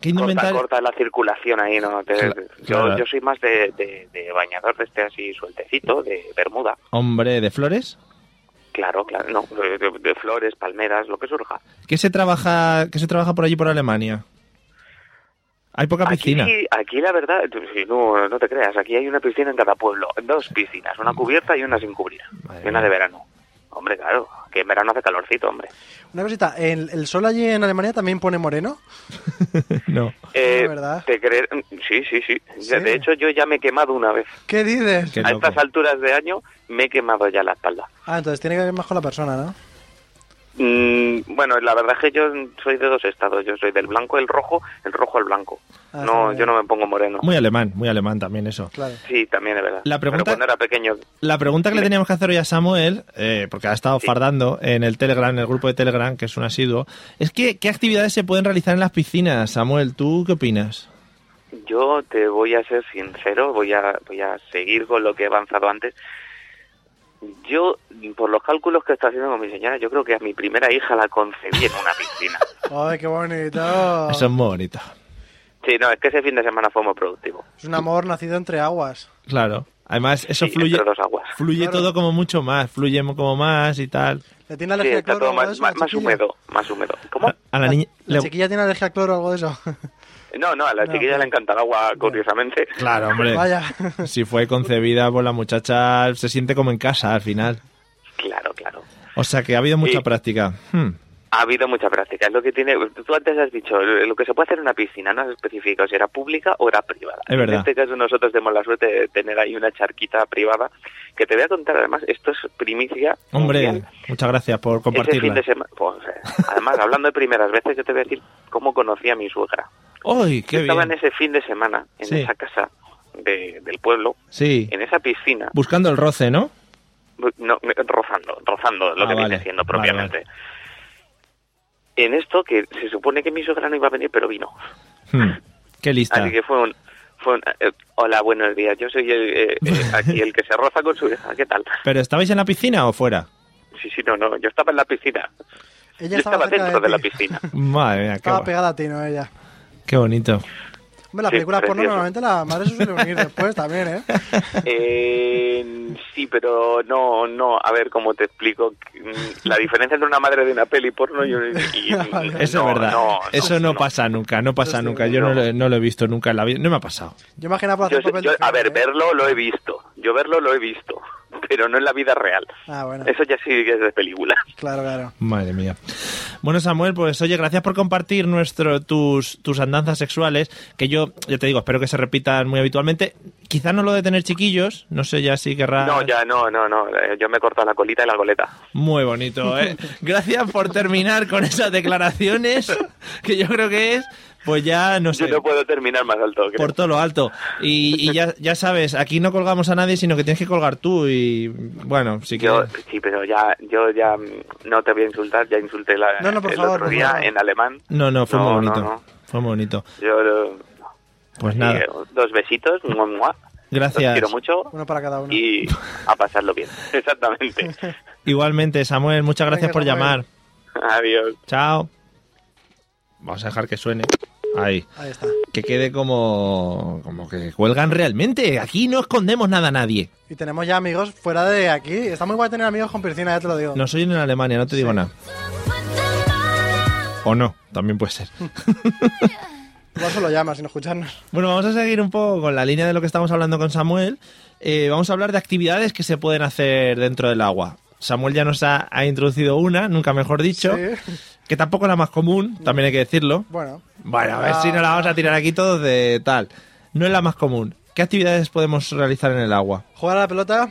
Speaker 1: qué
Speaker 4: corta,
Speaker 1: indumenta-
Speaker 4: corta la circulación ahí, ¿no? Te-
Speaker 1: Cla-
Speaker 4: yo,
Speaker 1: claro.
Speaker 4: yo soy más de, de- de bañador de este así sueltecito, de bermuda.
Speaker 1: Hombre, de flores.
Speaker 4: Claro, claro. No, de, de- de flores, palmeras, lo que surja.
Speaker 1: ¿Qué se trabaja, qué se trabaja por allí por Alemania? Hay poca piscina.
Speaker 4: Aquí, aquí, la verdad, sí, no, no te creas, aquí hay una piscina en cada pueblo, dos piscinas, una cubierta y una sin cubrir,
Speaker 1: Mm. Madre
Speaker 4: y una
Speaker 1: mía.
Speaker 4: de verano. Hombre, claro, que en verano hace calorcito, hombre.
Speaker 2: Una cosita, ¿el, el sol allí en Alemania también pone moreno?
Speaker 1: No.
Speaker 4: Eh,
Speaker 2: ¿verdad?
Speaker 4: ¿te creer- Sí, sí, sí.
Speaker 2: ¿Sí?
Speaker 4: De hecho, yo ya me he quemado una vez.
Speaker 2: ¿Qué dices?
Speaker 1: Qué
Speaker 4: A
Speaker 1: loco.
Speaker 4: estas alturas de año me he quemado ya la espalda.
Speaker 2: Ah, entonces tiene que ver más con la persona, ¿no?
Speaker 4: Mm, bueno, la verdad es que yo soy de dos estados, yo soy del blanco, el rojo, el rojo al blanco.
Speaker 2: Ah, está
Speaker 4: no,
Speaker 2: bien.
Speaker 4: yo no me pongo moreno.
Speaker 1: Muy alemán, muy alemán también eso.
Speaker 2: Claro.
Speaker 4: Sí, también es verdad.
Speaker 1: La pregunta-
Speaker 4: Pero cuando era pequeño,
Speaker 1: La pregunta que le
Speaker 4: Dime.
Speaker 1: teníamos que hacer hoy a Samuel, eh, porque ha estado
Speaker 4: Sí.
Speaker 1: fardando en el Telegram, en el grupo de Telegram, que es un asiduo, es que ¿qué actividades se pueden realizar en las piscinas, Samuel? ¿Tú qué opinas?
Speaker 4: Yo te voy a ser sincero, voy a, voy a seguir con lo que he avanzado antes. Yo, por los cálculos que está haciendo con mi señora, yo creo que a mi primera hija la concebí en una piscina.
Speaker 2: ¡Ay, qué bonito!
Speaker 1: Eso es muy bonito.
Speaker 4: Sí, no, es que ese fin de semana fue muy productivo.
Speaker 2: Es un amor nacido entre aguas.
Speaker 1: Claro. Además, eso
Speaker 4: Sí,
Speaker 1: fluye,
Speaker 4: entre dos aguas.
Speaker 1: fluye
Speaker 2: Claro.
Speaker 1: todo como mucho más, fluye mo- como más y tal.
Speaker 2: ¿Le tiene
Speaker 4: Sí,
Speaker 2: alergia al
Speaker 4: está
Speaker 2: cloro o
Speaker 4: todo
Speaker 2: algo de
Speaker 4: más,
Speaker 2: eso?
Speaker 4: más,
Speaker 2: la
Speaker 4: más
Speaker 2: chiquilla?
Speaker 4: húmedo, más húmedo. ¿Cómo?
Speaker 1: A, a la, niña...
Speaker 2: La,
Speaker 1: le-
Speaker 2: chiquilla tiene alergia al cloro o algo de eso.
Speaker 4: No, no, a la
Speaker 2: No,
Speaker 4: chiquilla
Speaker 2: no.
Speaker 4: le encanta el agua, curiosamente.
Speaker 1: Claro, hombre.
Speaker 2: Vaya.
Speaker 1: Si fue concebida por la muchacha, se siente como en casa al final.
Speaker 4: Claro, claro.
Speaker 1: O sea que ha habido mucha
Speaker 4: Y-
Speaker 1: práctica. Hmm.
Speaker 4: Ha habido mucha práctica. Es lo que tiene. Tú antes has dicho, lo que se puede hacer en una piscina, no has especificado si era pública o era privada.
Speaker 1: Es verdad.
Speaker 4: En este caso, nosotros tenemos la suerte de tener ahí una charquita privada. Que te voy a contar, además, esto es primicia.
Speaker 1: Hombre,
Speaker 4: mundial.
Speaker 1: muchas gracias por
Speaker 4: Ese Este fin
Speaker 1: compartirla.
Speaker 4: de semana. pues, además, hablando de primeras veces, yo te voy a decir cómo conocí a mi suegra.
Speaker 1: ¡Uy,
Speaker 4: Yo
Speaker 1: qué
Speaker 4: Estaba
Speaker 1: bien!
Speaker 4: en ese fin de semana, en
Speaker 1: Sí.
Speaker 4: esa casa de- del pueblo,
Speaker 1: Sí,
Speaker 4: en esa piscina,
Speaker 1: buscando el roce, ¿no?
Speaker 4: no, rozando, rozando lo
Speaker 1: Ah,
Speaker 4: que
Speaker 1: vale,
Speaker 4: viene siendo
Speaker 1: vale, vale.
Speaker 4: propiamente. En esto que se supone que mi suegra no iba a venir, pero vino.
Speaker 1: Hmm, Qué lista.
Speaker 4: Así que fue un, fue teléfono. eh, hola, buenos días. Yo soy el, eh, eh, aquí el que se roza con su hija. ¿Qué tal?
Speaker 1: ¿Pero estabais en la piscina o fuera?
Speaker 4: Sí, sí, no, no. Yo estaba en la piscina.
Speaker 2: Ella
Speaker 4: Yo estaba
Speaker 2: cerca
Speaker 4: dentro de la
Speaker 2: ti.
Speaker 4: piscina.
Speaker 1: Madre mía, qué,
Speaker 2: Estaba
Speaker 1: guay.
Speaker 2: pegada a ti, ¿no? Ella.
Speaker 1: Qué bonito.
Speaker 2: Hombre, las
Speaker 4: Sí,
Speaker 2: películas porno
Speaker 4: precioso.
Speaker 2: normalmente las madres se suelen venir después también, ¿eh?
Speaker 4: Eh, sí, pero no, no. A ver, ¿cómo te explico? Mm, La diferencia entre una madre de una peli porno y un... y-
Speaker 1: Eso
Speaker 4: no,
Speaker 1: es verdad.
Speaker 4: no,
Speaker 1: Eso no, pasa nunca, no pasa
Speaker 2: Eso sí,
Speaker 1: nunca. Yo no,
Speaker 4: no.
Speaker 1: lo, no lo he visto nunca en la vida. No me ha pasado.
Speaker 2: Yo imaginaba por
Speaker 4: Yo
Speaker 2: hacer
Speaker 4: sé-
Speaker 2: papel
Speaker 4: yo-
Speaker 2: de
Speaker 4: a ver,
Speaker 2: jefe, ¿eh?
Speaker 4: verlo lo he visto. Yo verlo lo he visto. Pero no en la vida real.
Speaker 2: Ah, bueno.
Speaker 4: Eso ya sí que es de película.
Speaker 2: Claro, claro.
Speaker 1: Madre mía. Bueno, Samuel, pues oye, gracias por compartir nuestro, tus, tus andanzas sexuales, que yo, ya te digo, espero que se repitan muy habitualmente. Quizás no lo de tener chiquillos, no sé ya si querrás...
Speaker 4: No, ya no, no, no. Eh, Yo me he cortado la colita y la goleta.
Speaker 1: Muy bonito, ¿eh? Gracias por terminar con esas declaraciones, que yo creo que es, pues ya, no sé...
Speaker 4: Yo no puedo terminar más alto. creo.
Speaker 1: Por todo lo alto. Y, y ya, ya sabes, aquí no colgamos a nadie, sino que tienes que colgar tú. Y bueno, si
Speaker 4: Yo,
Speaker 1: quieres.
Speaker 4: sí, pero ya, yo ya mm, no te voy a insultar, ya insulté la,
Speaker 2: No, no, por
Speaker 4: el
Speaker 2: favor,
Speaker 4: otro
Speaker 2: por
Speaker 4: día
Speaker 2: favor.
Speaker 4: en alemán.
Speaker 1: No, no, fue muy
Speaker 4: No, no,
Speaker 1: bonito.
Speaker 4: no.
Speaker 1: Fue muy bonito.
Speaker 4: Yo, eh,
Speaker 1: Pues nada,
Speaker 4: eh, dos besitos, mua, mua. Los
Speaker 1: gracias.
Speaker 4: quiero mucho
Speaker 2: Uno para cada uno.
Speaker 4: y a pasarlo bien. Exactamente.
Speaker 1: Igualmente, Samuel, muchas gracias
Speaker 2: Venga,
Speaker 1: por
Speaker 2: Samuel.
Speaker 1: llamar.
Speaker 4: Adiós.
Speaker 1: Chao. Vamos a dejar que suene. Ahí.
Speaker 2: Ahí está.
Speaker 1: Que quede como, como que cuelgan realmente. Aquí no escondemos nada a nadie.
Speaker 2: Y tenemos ya amigos fuera de aquí. Está muy guay tener amigos con piscina, ya te lo digo.
Speaker 1: No soy en Alemania, no te digo
Speaker 2: Sí.
Speaker 1: nada. O no, también puede ser.
Speaker 2: Igual solo llamas sin escucharnos.
Speaker 1: Bueno, vamos a seguir un poco con la línea de lo que estamos hablando con Samuel. Eh, vamos a hablar de actividades que se pueden hacer dentro del agua. Samuel ya nos ha, ha introducido una, nunca mejor dicho,
Speaker 2: Sí.
Speaker 1: que tampoco es la más común, también hay que decirlo.
Speaker 2: Bueno.
Speaker 1: Bueno, a ver si nos la vamos a tirar aquí todos de tal. No es la más común. ¿Qué actividades podemos realizar en el agua?
Speaker 2: Jugar a la pelota.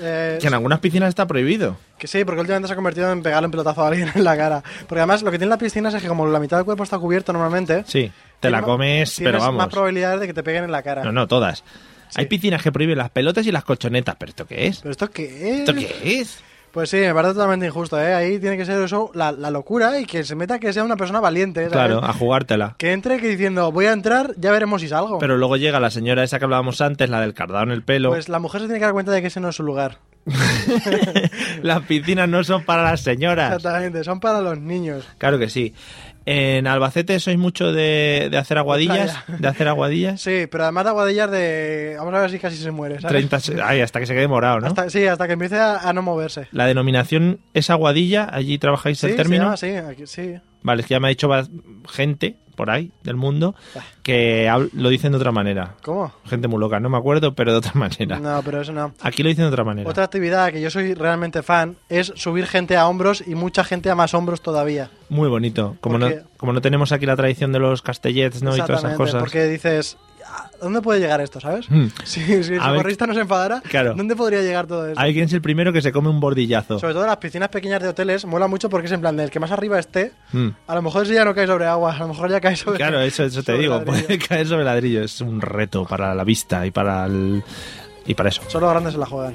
Speaker 2: eh,
Speaker 1: Que en algunas piscinas está prohibido.
Speaker 2: que sí, porque últimamente se ha convertido en pegarle un pelotazo a alguien en la cara. Porque además lo que tiene la piscina es que como la mitad del cuerpo está cubierto normalmente,
Speaker 1: Sí, te la
Speaker 2: tiene-
Speaker 1: comes,
Speaker 2: tienes
Speaker 1: pero
Speaker 2: más
Speaker 1: vamos.
Speaker 2: probabilidades de que te peguen en la cara.
Speaker 1: No, no, todas. Hay
Speaker 2: Sí.
Speaker 1: piscinas que prohíben las pelotas y las colchonetas, pero ¿esto qué es?
Speaker 2: ¿Pero esto qué es?
Speaker 1: ¿Esto qué es?
Speaker 2: Pues sí, me parece totalmente injusto, ¿eh? Ahí tiene que ser eso, la, la locura y que se meta que sea una persona valiente, ¿sabes?
Speaker 1: Claro, a jugártela.
Speaker 2: Que entre que diciendo, voy a entrar, ya veremos si salgo.
Speaker 1: Pero luego llega la señora esa que hablábamos antes, la del cardado en el pelo.
Speaker 2: Pues la mujer se tiene que dar cuenta de que ese no es su lugar.
Speaker 1: Las piscinas no son para las señoras.
Speaker 2: Exactamente, son para los niños.
Speaker 1: Claro que sí. En Albacete sois mucho de, de hacer aguadillas,
Speaker 2: Playa.
Speaker 1: de hacer aguadillas.
Speaker 2: Sí, pero además de aguadillas de... Vamos a ver si casi se muere, ¿sabes?
Speaker 1: 30, se- ay, hasta que se quede morado, ¿no?
Speaker 2: Hasta- sí, hasta que empiece a, a no moverse.
Speaker 1: La denominación es aguadilla, allí trabajáis
Speaker 2: Sí,
Speaker 1: el
Speaker 2: se
Speaker 1: término.
Speaker 2: llama así, aquí- sí.
Speaker 1: Vale, es que ya me ha dicho va- gente por ahí del mundo que hab- lo dicen de otra manera.
Speaker 2: ¿Cómo?
Speaker 1: Gente muy loca, no me acuerdo, pero de otra manera.
Speaker 2: No, pero eso no.
Speaker 1: Aquí lo dicen de otra manera.
Speaker 2: Otra actividad que yo soy realmente fan es subir gente a hombros y mucha gente a más hombros todavía.
Speaker 1: Muy bonito. Como no,
Speaker 2: Porque-
Speaker 1: como no tenemos aquí la tradición de los castellets, ¿no? Y todas esas
Speaker 2: Exactamente,
Speaker 1: cosas.
Speaker 2: porque dices, "Ah, ¿dónde puede llegar esto, sabes?
Speaker 1: Hmm.
Speaker 2: Si, si el
Speaker 1: A ver-
Speaker 2: socorrista nos enfadara,
Speaker 1: Claro.
Speaker 2: ¿dónde podría llegar todo esto?
Speaker 1: Alguien es el primero que se come un bordillazo.
Speaker 2: Sobre todo las piscinas pequeñas de hoteles mola mucho porque es en plan, del que más arriba esté,
Speaker 1: Mm.
Speaker 2: a lo mejor ese ya no cae sobre agua, a lo mejor ya cae sobre
Speaker 1: Claro, eso, eso te
Speaker 2: sobre
Speaker 1: digo.
Speaker 2: ladrillo.
Speaker 1: Puede caer sobre ladrillo. Es un reto para la vista y para el... Y para eso.
Speaker 2: Solo los grandes se la juegan.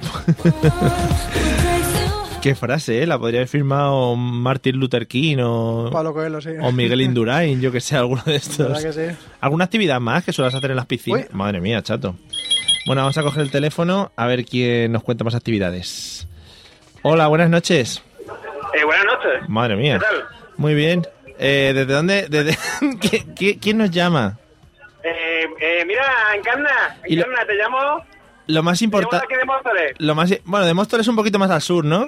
Speaker 1: Qué frase, ¿eh? La podría haber firmado Martin Luther King o,
Speaker 2: Pablo Coelho, sí.
Speaker 1: o Miguel Indurain, yo que sé, alguno de
Speaker 2: La
Speaker 1: estos.
Speaker 2: verdad que sí.
Speaker 1: ¿Alguna actividad más que suelas hacer en las piscinas?
Speaker 2: Uy.
Speaker 1: Madre mía, chato. Bueno, vamos a coger el teléfono a ver quién nos cuenta más actividades. Hola, buenas noches.
Speaker 4: Eh, buenas noches.
Speaker 1: Madre mía.
Speaker 4: ¿Qué tal?
Speaker 1: Muy bien. Eh, ¿Desde dónde? Desde... ¿Qui- qui- ¿Quién nos llama?
Speaker 4: Eh, mira, Encarna,
Speaker 1: Y lo- Encarna,
Speaker 4: te llamo.
Speaker 1: Lo más importante.
Speaker 4: de Móstoles.
Speaker 1: Lo más... i- Bueno, de Móstoles un poquito más al sur, ¿no?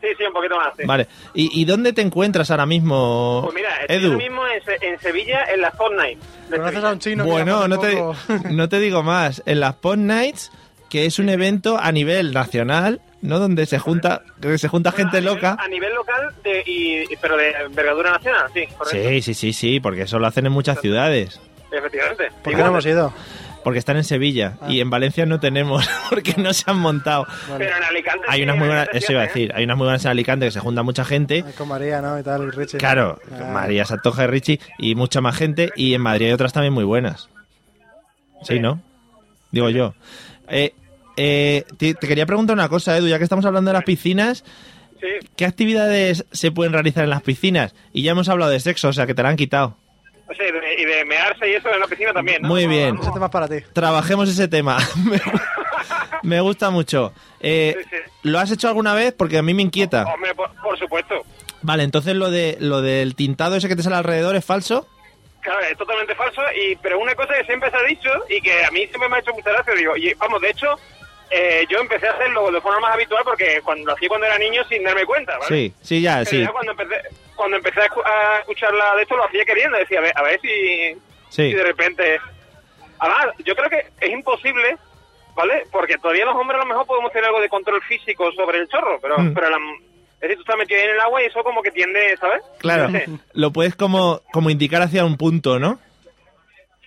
Speaker 4: Sí, sí, un poquito más.
Speaker 1: Vale. ¿Y, y dónde te encuentras ahora mismo,
Speaker 4: Pues mira, estoy
Speaker 1: Edu?
Speaker 4: ahora mismo en, Se- en Sevilla, en la Fortnite.
Speaker 2: Conoces a un chino. que
Speaker 1: bueno,
Speaker 2: hace
Speaker 1: no te,
Speaker 2: poco-
Speaker 1: no te digo más. En las Pod Nights, que es un evento a nivel nacional, ¿no? Donde se junta, que se junta gente loca.
Speaker 4: A nivel local, de, y, y- pero de envergadura nacional, sí, correcto.
Speaker 1: Sí, sí, sí, sí, porque eso lo hacen en muchas ciudades.
Speaker 4: Efectivamente.
Speaker 2: ¿Por qué no hemos ido?
Speaker 1: Porque están en Sevilla y en Valencia no tenemos, porque no se han montado.
Speaker 4: Pero en Alicante.
Speaker 1: Hay
Speaker 4: sí,
Speaker 1: unas muy buenas,
Speaker 4: Alicante
Speaker 1: eso iba a
Speaker 4: sí hace, ¿eh?
Speaker 1: decir, hay unas muy buenas en Alicante que se junta mucha gente.
Speaker 2: Ay, Con María, ¿no? Y tal, Richie.
Speaker 1: Claro,
Speaker 2: Ah.
Speaker 1: María se antoja de Richie y mucha más gente. Y en Madrid hay otras también muy buenas. Sí, ¿no? Digo yo. Eh, eh, te, te quería preguntar una cosa, Edu, ya que estamos hablando de las piscinas,
Speaker 4: Sí.
Speaker 1: ¿qué actividades se pueden realizar en las piscinas? Y ya hemos hablado de sexo, o sea que te la han quitado.
Speaker 5: O sea, y de, y de mearse y eso en la piscina también, ¿no?
Speaker 1: Muy bien.
Speaker 2: Ese Este tema es para ti.
Speaker 1: Trabajemos ese tema. Me- Me gusta mucho. Eh,
Speaker 5: Sí, sí.
Speaker 1: ¿Lo has hecho alguna vez? Porque a mí me inquieta.
Speaker 5: Hombre, por, por supuesto.
Speaker 1: Vale, entonces lo de lo del tintado ese que te sale alrededor es falso.
Speaker 5: Claro, es totalmente falso, y, pero una cosa que siempre se ha dicho y que a mí siempre me ha hecho mucha gracia, digo, y, vamos, de hecho, eh, yo empecé a hacerlo de forma más habitual porque cuando lo hacía cuando era niño sin darme cuenta, ¿vale?
Speaker 1: Sí, sí, ya,
Speaker 5: Pero
Speaker 1: sí.
Speaker 5: ya cuando empecé, cuando empecé a, escu- a escuchar la de esto lo hacía queriendo, decía, a ver, a ver si,
Speaker 1: Sí.
Speaker 5: si de repente... Además, yo creo que es imposible, ¿vale? Porque todavía los hombres a lo mejor podemos tener algo de control físico sobre el chorro, pero,
Speaker 1: Mm.
Speaker 5: pero la, es decir, tú estás metido ahí en el agua y eso como que tiende, ¿sabes?
Speaker 1: Claro.
Speaker 5: No sé.
Speaker 1: Lo puedes como, como indicar hacia un punto, ¿no?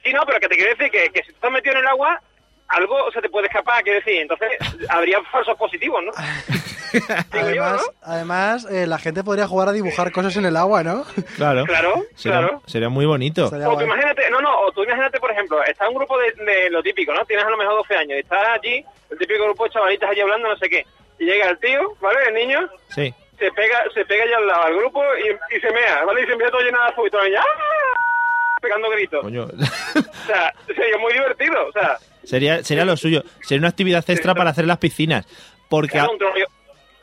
Speaker 5: Sí, no, pero que te quiero decir que, que si tú estás metido en el agua, algo se te puede escapar, quiero decir. Entonces, habría falsos positivos, ¿no? Digo yo,
Speaker 2: Además,
Speaker 5: ¿no?
Speaker 2: además eh, la gente podría jugar a dibujar cosas en el agua, ¿no?
Speaker 1: Claro.
Speaker 5: Claro,
Speaker 1: Sería,
Speaker 5: claro.
Speaker 1: sería muy bonito.
Speaker 2: Estaría
Speaker 5: O tú
Speaker 2: guay.
Speaker 5: imagínate, no, no, o tú imagínate, por ejemplo, está un grupo de, de lo típico, ¿no? Tienes a lo mejor 12 años y estás allí, el típico grupo de chavalitas allí hablando, no sé qué. Y llega el tío, ¿vale? El niño,
Speaker 1: Sí.
Speaker 5: se pega se pega ya al lado al grupo y, y se mea, ¿vale? Y se empieza todo llenado de azul y todo el mundo, ¡ah! pegando gritos.
Speaker 1: Coño.
Speaker 5: O sea, sería muy divertido, o sea,
Speaker 1: sería, sería lo suyo. Sería una actividad extra para hacer en las piscinas. Porque
Speaker 5: era
Speaker 1: ha-
Speaker 5: un troleo,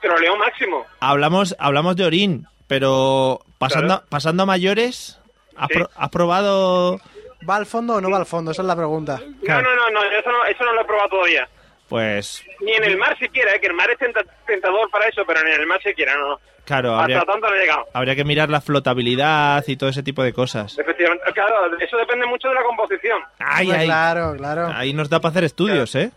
Speaker 5: troleo máximo.
Speaker 1: hablamos, hablamos de orín, pero pasando,
Speaker 5: Claro.
Speaker 1: pasando a mayores, ¿has,
Speaker 5: Sí.
Speaker 1: pro- has probado?
Speaker 2: ¿Va al fondo o no va al fondo? Esa es la pregunta.
Speaker 5: No,
Speaker 1: Claro.
Speaker 5: no, no, no, eso no, eso no lo he probado todavía.
Speaker 1: Pues,
Speaker 5: Ni en el mar siquiera, eh, que el mar es tenta- tentador para eso, pero ni en el mar siquiera, no. no.
Speaker 1: claro, habría,
Speaker 5: Hasta tanto no he llegado.
Speaker 1: habría que mirar la flotabilidad y todo ese tipo de cosas.
Speaker 5: Efectivamente, eh, claro, eso depende mucho de la composición.
Speaker 1: Ay,
Speaker 2: Hombre,
Speaker 1: ay.
Speaker 2: Claro, claro.
Speaker 1: Ahí nos da para hacer estudios, ¿eh?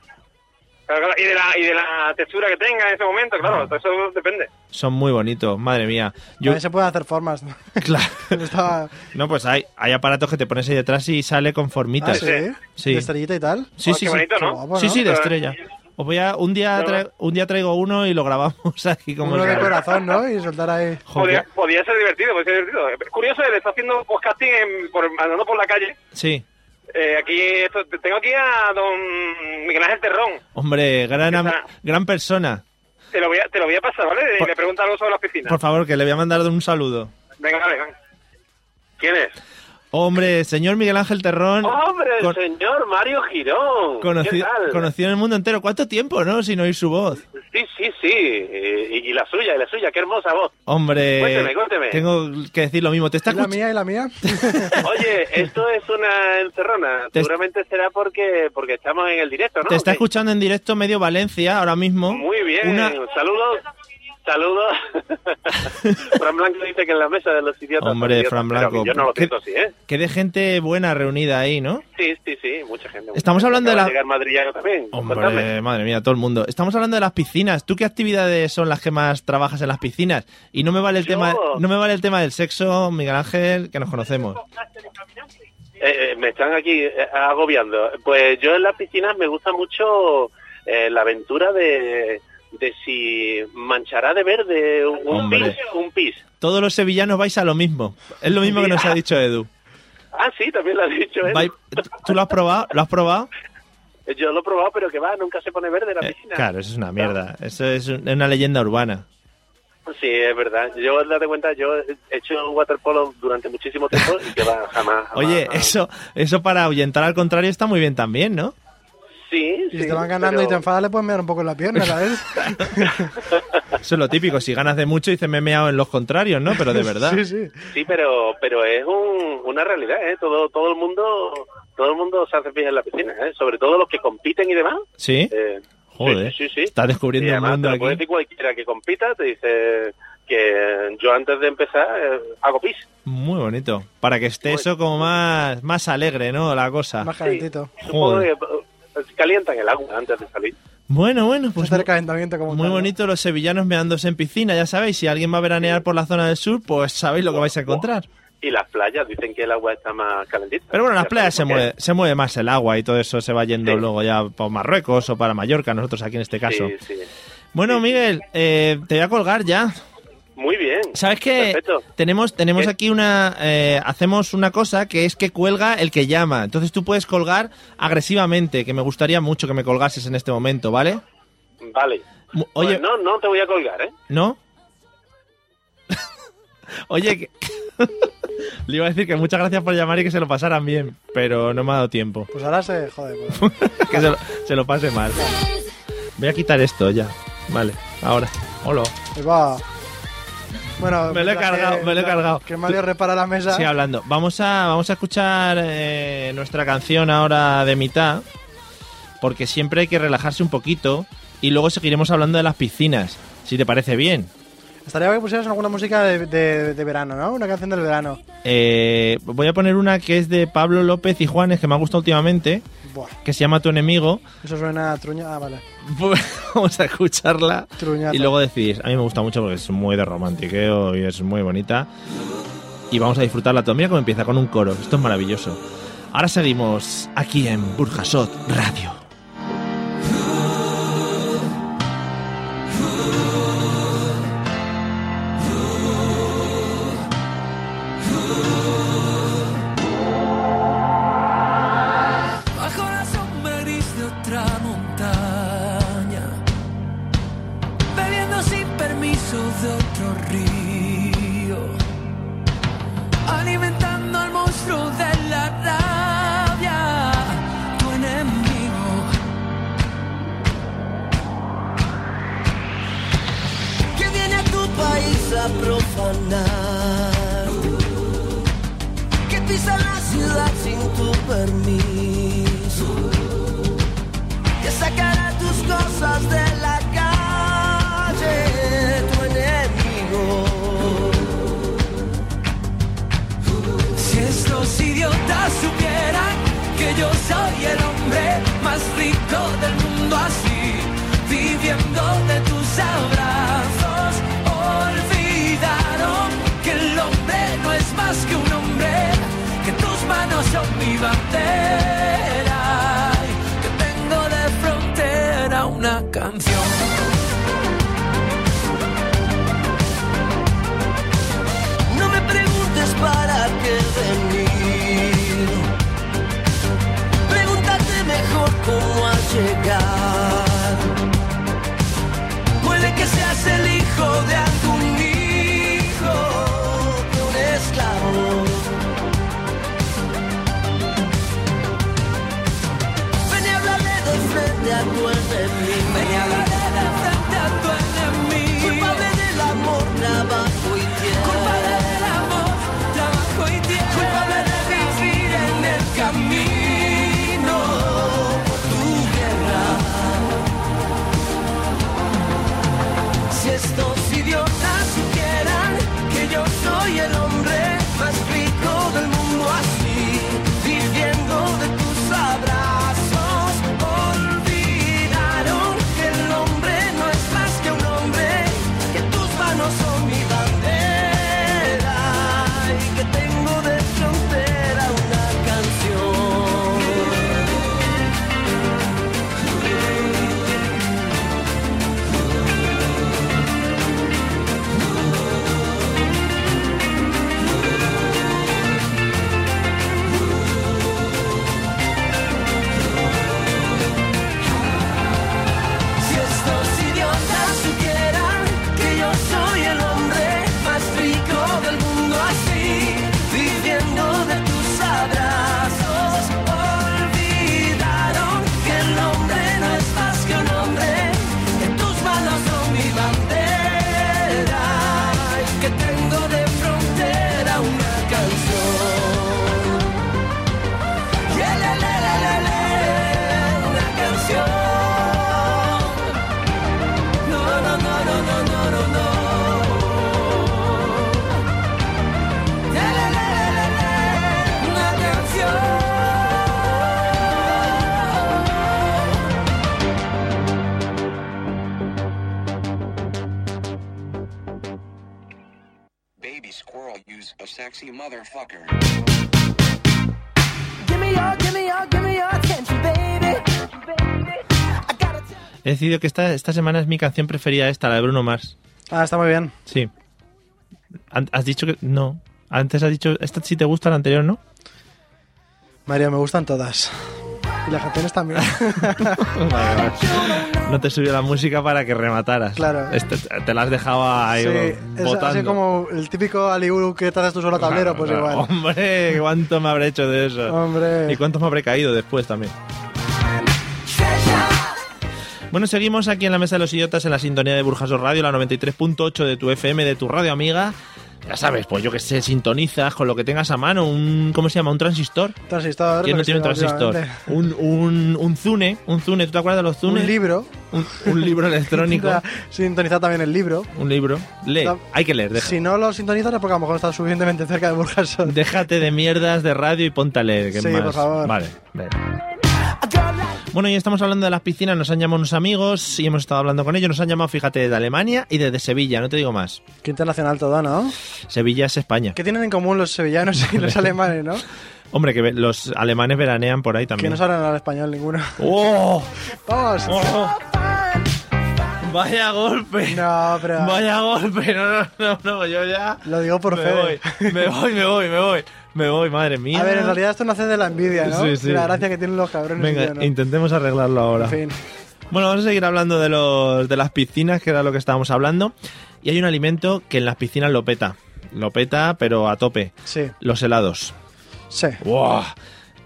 Speaker 5: Claro, claro, y, de la, y de la textura que tenga en ese momento, claro, todo eso depende.
Speaker 1: Son muy bonitos, madre mía. Yo,
Speaker 2: También se pueden hacer formas. ¿no?
Speaker 1: claro.
Speaker 2: Estaba-
Speaker 1: No, pues hay, hay aparatos que te pones ahí detrás y sale con
Speaker 2: Ah,
Speaker 1: formitas.
Speaker 2: ¿sí?
Speaker 1: Sí.
Speaker 2: De estrellita y tal.
Speaker 1: Sí,
Speaker 5: Oh,
Speaker 1: sí,
Speaker 5: qué
Speaker 1: sí.
Speaker 5: bonito, ¿no?
Speaker 2: Qué guapo,
Speaker 1: Sí,
Speaker 2: ¿no?
Speaker 1: sí, de
Speaker 5: Pero-
Speaker 1: estrella. Os voy a, un, día
Speaker 5: Pero-
Speaker 1: tra- un día traigo uno y lo grabamos aquí como...
Speaker 2: Uno de
Speaker 1: el-
Speaker 2: corazón, ¿no? Y soltar ahí.
Speaker 1: Joder,
Speaker 5: Podría, podría ser divertido, podría ser divertido. Eh, Curioso, él está haciendo podcasting en, por, andando por la calle.
Speaker 1: Sí.
Speaker 5: Eh, aquí esto, tengo aquí a don Miguel Ángel Terrón.
Speaker 1: Hombre, gran, am-
Speaker 5: Está-
Speaker 1: gran persona.
Speaker 5: Te lo voy a, te lo voy a pasar, ¿vale? Y
Speaker 1: Por-
Speaker 5: le pregunto algo sobre las piscinas.
Speaker 1: Por favor, que le voy a mandar un saludo.
Speaker 5: Venga, vale, venga. ¿Quién es?
Speaker 1: Hombre, señor Miguel Ángel Terrón,
Speaker 5: ¡Hombre, el
Speaker 1: con-
Speaker 5: señor Mario Girón! ¿Qué
Speaker 1: conocido,
Speaker 5: tal?
Speaker 1: conocido en el mundo entero. ¿Cuánto tiempo, no? Sin oír su voz.
Speaker 5: Sí, sí, sí. Eh, Y, y la suya, y la suya. ¡Qué hermosa voz!
Speaker 1: Hombre,
Speaker 5: Cuénteme, cuénteme.
Speaker 1: tengo que decir lo mismo. Te está
Speaker 2: ¿Y la
Speaker 1: escuch-
Speaker 2: mía y la mía?
Speaker 5: Oye, esto es una encerrona.
Speaker 1: Te-
Speaker 5: Seguramente será porque porque estamos en el directo, ¿no?
Speaker 1: Te está
Speaker 5: ¿O qué?
Speaker 1: escuchando en directo medio Valencia ahora mismo.
Speaker 5: Muy bien.
Speaker 1: Una-
Speaker 5: Saludos. Saludos. Fran Blanco dice que en la mesa de los idiotas.
Speaker 1: Hombre,
Speaker 5: idiotas,
Speaker 1: Fran
Speaker 5: pero
Speaker 1: Blanco.
Speaker 5: Yo no lo
Speaker 1: ¿qué-
Speaker 5: siento así, ¿eh?
Speaker 1: qué de gente buena reunida ahí, ¿no?
Speaker 5: Sí, sí, sí. Mucha gente. mucha
Speaker 1: Estamos
Speaker 5: gente.
Speaker 1: hablando de
Speaker 5: Acaba
Speaker 1: la-
Speaker 5: llegar madrillano también.
Speaker 1: Hombre,
Speaker 5: Contadme.
Speaker 1: madre mía, todo el mundo. Estamos hablando de las piscinas. ¿Tú qué actividades son las que más trabajas en las piscinas? Y no me vale el
Speaker 5: Yo-
Speaker 1: tema, no me vale el tema del sexo, Miguel Ángel, que nos conocemos.
Speaker 5: Eh, eh, me están aquí eh, agobiando. Pues yo en las piscinas me gusta mucho eh, la aventura de, de si manchará de verde un
Speaker 1: Hombre.
Speaker 5: pis. Un pis.
Speaker 1: Todos los sevillanos vais a lo mismo. Es lo mismo que nos ha dicho Edu.
Speaker 5: Ah, sí, también lo has dicho. ¿eh?
Speaker 1: Vai- ¿Tú lo has probado? ¿Lo has probado?
Speaker 5: Yo lo he probado, pero que va, nunca se pone verde la
Speaker 1: Eh,
Speaker 5: piscina.
Speaker 1: claro, eso es una mierda. Eso es un- es una leyenda urbana.
Speaker 5: Sí, es verdad. Yo, date cuenta, yo he hecho waterpolo durante muchísimo tiempo y que va jamás. jamás,
Speaker 1: Oye,
Speaker 5: jamás.
Speaker 1: eso, eso para ahuyentar al contrario está muy bien también, ¿no?
Speaker 5: Sí,
Speaker 2: Y
Speaker 5: sí.
Speaker 2: si te van ganando
Speaker 5: pero-
Speaker 2: y te enfadas, le puedes mirar un poco en la pierna, ¿sabes?
Speaker 1: Eso es lo típico. Si ganas de mucho, dices me he meado en los contrarios, ¿no? Pero de verdad.
Speaker 2: Sí, sí.
Speaker 5: Sí, pero, pero es un, una realidad, ¿eh? Todo, todo el mundo todo el mundo se hace pis en la piscina, ¿eh? Sobre todo los que compiten y demás.
Speaker 1: ¿sí.
Speaker 5: Eh,
Speaker 1: Joder,
Speaker 5: Sí, sí, sí.
Speaker 1: estás descubriendo
Speaker 5: y
Speaker 1: el
Speaker 5: además,
Speaker 1: mundo
Speaker 5: te lo
Speaker 1: aquí.
Speaker 5: puede decir cualquiera que compita, te dice que yo antes de empezar eh, hago pis.
Speaker 1: Muy bonito. Para que esté eso como más, más alegre, ¿no? La cosa.
Speaker 2: Más calentito.
Speaker 5: Supongo
Speaker 1: Joder.
Speaker 5: que, eh, calientan el agua antes de salir.
Speaker 1: Bueno, bueno, pues
Speaker 2: hacer calentamiento como
Speaker 1: muy
Speaker 2: tal, ¿no?
Speaker 1: bonito los sevillanos meándose en piscina, ya sabéis. Si alguien va a veranear por la zona del sur, pues sabéis lo que vais a encontrar.
Speaker 5: Y las playas dicen que el agua está más calentita.
Speaker 1: Pero bueno, en las
Speaker 5: Ya
Speaker 1: playas se
Speaker 5: sabemos
Speaker 1: mueve,
Speaker 5: que-
Speaker 1: se mueve más el agua y todo eso se va yendo
Speaker 5: Sí.
Speaker 1: luego ya para Marruecos o para Mallorca, nosotros aquí en este caso.
Speaker 5: Sí, sí.
Speaker 1: Bueno,
Speaker 5: Sí.
Speaker 1: Miguel, eh, te voy a colgar ya.
Speaker 5: Muy bien.
Speaker 1: ¿Sabes qué?
Speaker 5: Perfecto.
Speaker 1: Tenemos, tenemos
Speaker 5: ¿Qué?
Speaker 1: aquí una. eh, hacemos una cosa que es que cuelga el que llama. Entonces tú puedes colgar agresivamente, que me gustaría mucho que me colgases en este momento, ¿vale?
Speaker 5: Vale.
Speaker 1: Mu- Oye,
Speaker 5: Pues no, no te voy a colgar, ¿eh?
Speaker 1: ¿no? Oye, que- le iba a decir que muchas gracias por llamar y que se lo pasaran bien, pero no me ha dado tiempo.
Speaker 6: Pues ahora se jode. pues.
Speaker 1: que se lo, se lo pase mal. Voy a quitar esto ya. Vale, ahora. Hola.
Speaker 6: Ahí va. Bueno,
Speaker 1: Me lo he
Speaker 6: mientras
Speaker 1: cargado, me lo he
Speaker 6: mientras
Speaker 1: cargado.
Speaker 6: Que Mario repara la mesa.
Speaker 1: Sí, hablando. Vamos a, vamos a escuchar eh, nuestra canción ahora de mitad, porque siempre hay que relajarse un poquito y luego seguiremos hablando de las piscinas, si te parece bien.
Speaker 6: Estaría bien que pusieras alguna música de, de- de verano, ¿no? Una canción del verano.
Speaker 1: Eh, voy a poner una que es de Pablo López y Juanes, que me ha gustado últimamente,
Speaker 6: Buah,
Speaker 1: que se llama Tu enemigo.
Speaker 6: eso suena a truña. Ah, vale.
Speaker 1: Vamos a escucharla
Speaker 6: Truñata.
Speaker 1: y luego decidís. A mí me gusta mucho porque es muy de romantiqueo y es muy bonita. Y vamos a disfrutarla todo. Mira cómo empieza con un coro. Esto es maravilloso. Ahora seguimos aquí en Burjasot Radio.
Speaker 2: bajo la sombra gris de otra montaña, bebiendo sin permiso de otro río, alimentando al monstruo de la rabia, tu enemigo. Que viene a tu país a profanar que pisa la ciudad sin tu permiso, que sacará tus cosas de la calle, tu enemigo. Si estos idiotas supieran que yo soy el hombre más rico del mundo así, viviendo de tus abrazos, olvidaron que el hombre no es más que un hombre, que tus manos son mi bandera, y que tengo de frontera una canción. No me preguntes para qué he venido. Pregúntate mejor cómo has llegado. Puede que seas el hijo de algún hijo, de un esclavo. Ven y háblale de frente a tu enemigo. Ven y háblale de frente a tu enemigo. Culpable del amor, trabajo y tierra. Culpable del amor, trabajo y tierra. Culpable de vivir en el camino por tu guerra. Si estos idiotas supieran que yo soy el hombre más rico del mundo así, viviendo de tus abrazos, olvidaron que el hombre no es más que un hombre, que tus manos son mi bandera y que tengo de frontera una canción. Si estos idiotas supieran que yo soy el hombre más rico del mundo así, viviendo de tus abrazos, olvidaron que el hombre no es más que un hombre, que tus manos son mi bandera, y que tengo de frontera una canción. Yeah, la, la, la, la, la, una canción. No, no, no, no, no, no, no, no. Yeah, la, la, la, la, la, una canción.
Speaker 7: Baby squirrel, use a sexy motherfucker.
Speaker 2: Give me your, give me your, give me your attention, baby. I gotta tell
Speaker 1: He decidido que esta, esta semana es mi canción preferida esta, la de Bruno Mars.
Speaker 6: Ah, está muy bien.
Speaker 1: Sí. An- Has dicho que... No. Antes has dicho... Esta sí te gusta, la anterior no.
Speaker 6: Mario, me gustan todas.
Speaker 2: Y las canciones también.
Speaker 1: Vale,
Speaker 2: Oh
Speaker 1: vale. No te subió la música para que remataras.
Speaker 2: Claro.
Speaker 1: Este- te la has dejado ahí
Speaker 2: Sí, es
Speaker 1: botando.
Speaker 2: así como el típico Aliuru que te haces tú solo tablero, pues
Speaker 1: Claro,
Speaker 2: igual.
Speaker 1: Hombre, cuánto me habré hecho de eso.
Speaker 2: Hombre.
Speaker 1: Y cuánto me habré caído después también. Bueno, seguimos aquí en la Mesa de los Idiotas en la sintonía de Burjasot Radio, la 93.8 de tu FM, de tu radio amiga. Ya sabes, pues yo que sé, sintonizas con lo que tengas a mano, un. ¿Cómo se llama? Un transistor.
Speaker 2: Transistor. pues
Speaker 1: ¿Quién no tiene un transistor?
Speaker 2: efectivamente.
Speaker 1: Un, un, un Zune, un Zune, ¿tú te acuerdas de los Zune?
Speaker 2: Un libro.
Speaker 1: Un, un libro electrónico,
Speaker 2: Para Sintonizar también el libro.
Speaker 1: un libro. Lee,
Speaker 2: No.
Speaker 1: hay que leer, deja.
Speaker 2: Si no lo sintonizas es porque a lo mejor estás suficientemente cerca de Burgasol.
Speaker 1: Déjate de mierdas de radio y ponte a leer. que es
Speaker 2: Sí,
Speaker 1: más.
Speaker 2: por favor.
Speaker 1: Vale, vale. Bueno, y estamos hablando de las piscinas. Nos han llamado unos amigos y hemos estado hablando con ellos. Nos han llamado, fíjate, de Alemania y desde Sevilla, no te digo más.
Speaker 2: Qué internacional todo, ¿no?
Speaker 1: Sevilla es España.
Speaker 2: ¿Qué tienen en común los sevillanos y los alemanes, no?
Speaker 1: Hombre, que ve- los alemanes veranean por ahí
Speaker 2: Que
Speaker 1: también.
Speaker 2: no sabrán hablar español ninguno.
Speaker 1: ¡Oh!
Speaker 2: ¡Vamos!
Speaker 1: ¡Oh! ¡Vaya golpe!
Speaker 2: No, pero
Speaker 1: ¡Vaya golpe! No, no, no, no, yo ya.
Speaker 2: lo digo por
Speaker 1: me
Speaker 2: fe.
Speaker 1: voy, me voy, me voy, me voy. Me voy, madre mía.
Speaker 2: A ver, en realidad esto nace de la envidia, ¿no?
Speaker 1: Sí, sí.
Speaker 2: De la gracia que tienen los cabrones.
Speaker 1: Venga,
Speaker 2: y yo, ¿no?
Speaker 1: intentemos arreglarlo ahora.
Speaker 2: En fin.
Speaker 1: Bueno, vamos a seguir hablando de, los, de las piscinas, que era lo que estábamos hablando. Y hay un alimento que en las piscinas lo peta. Lo peta, pero a tope.
Speaker 2: Sí,
Speaker 1: Los helados.
Speaker 2: sí.
Speaker 1: ¡Buah!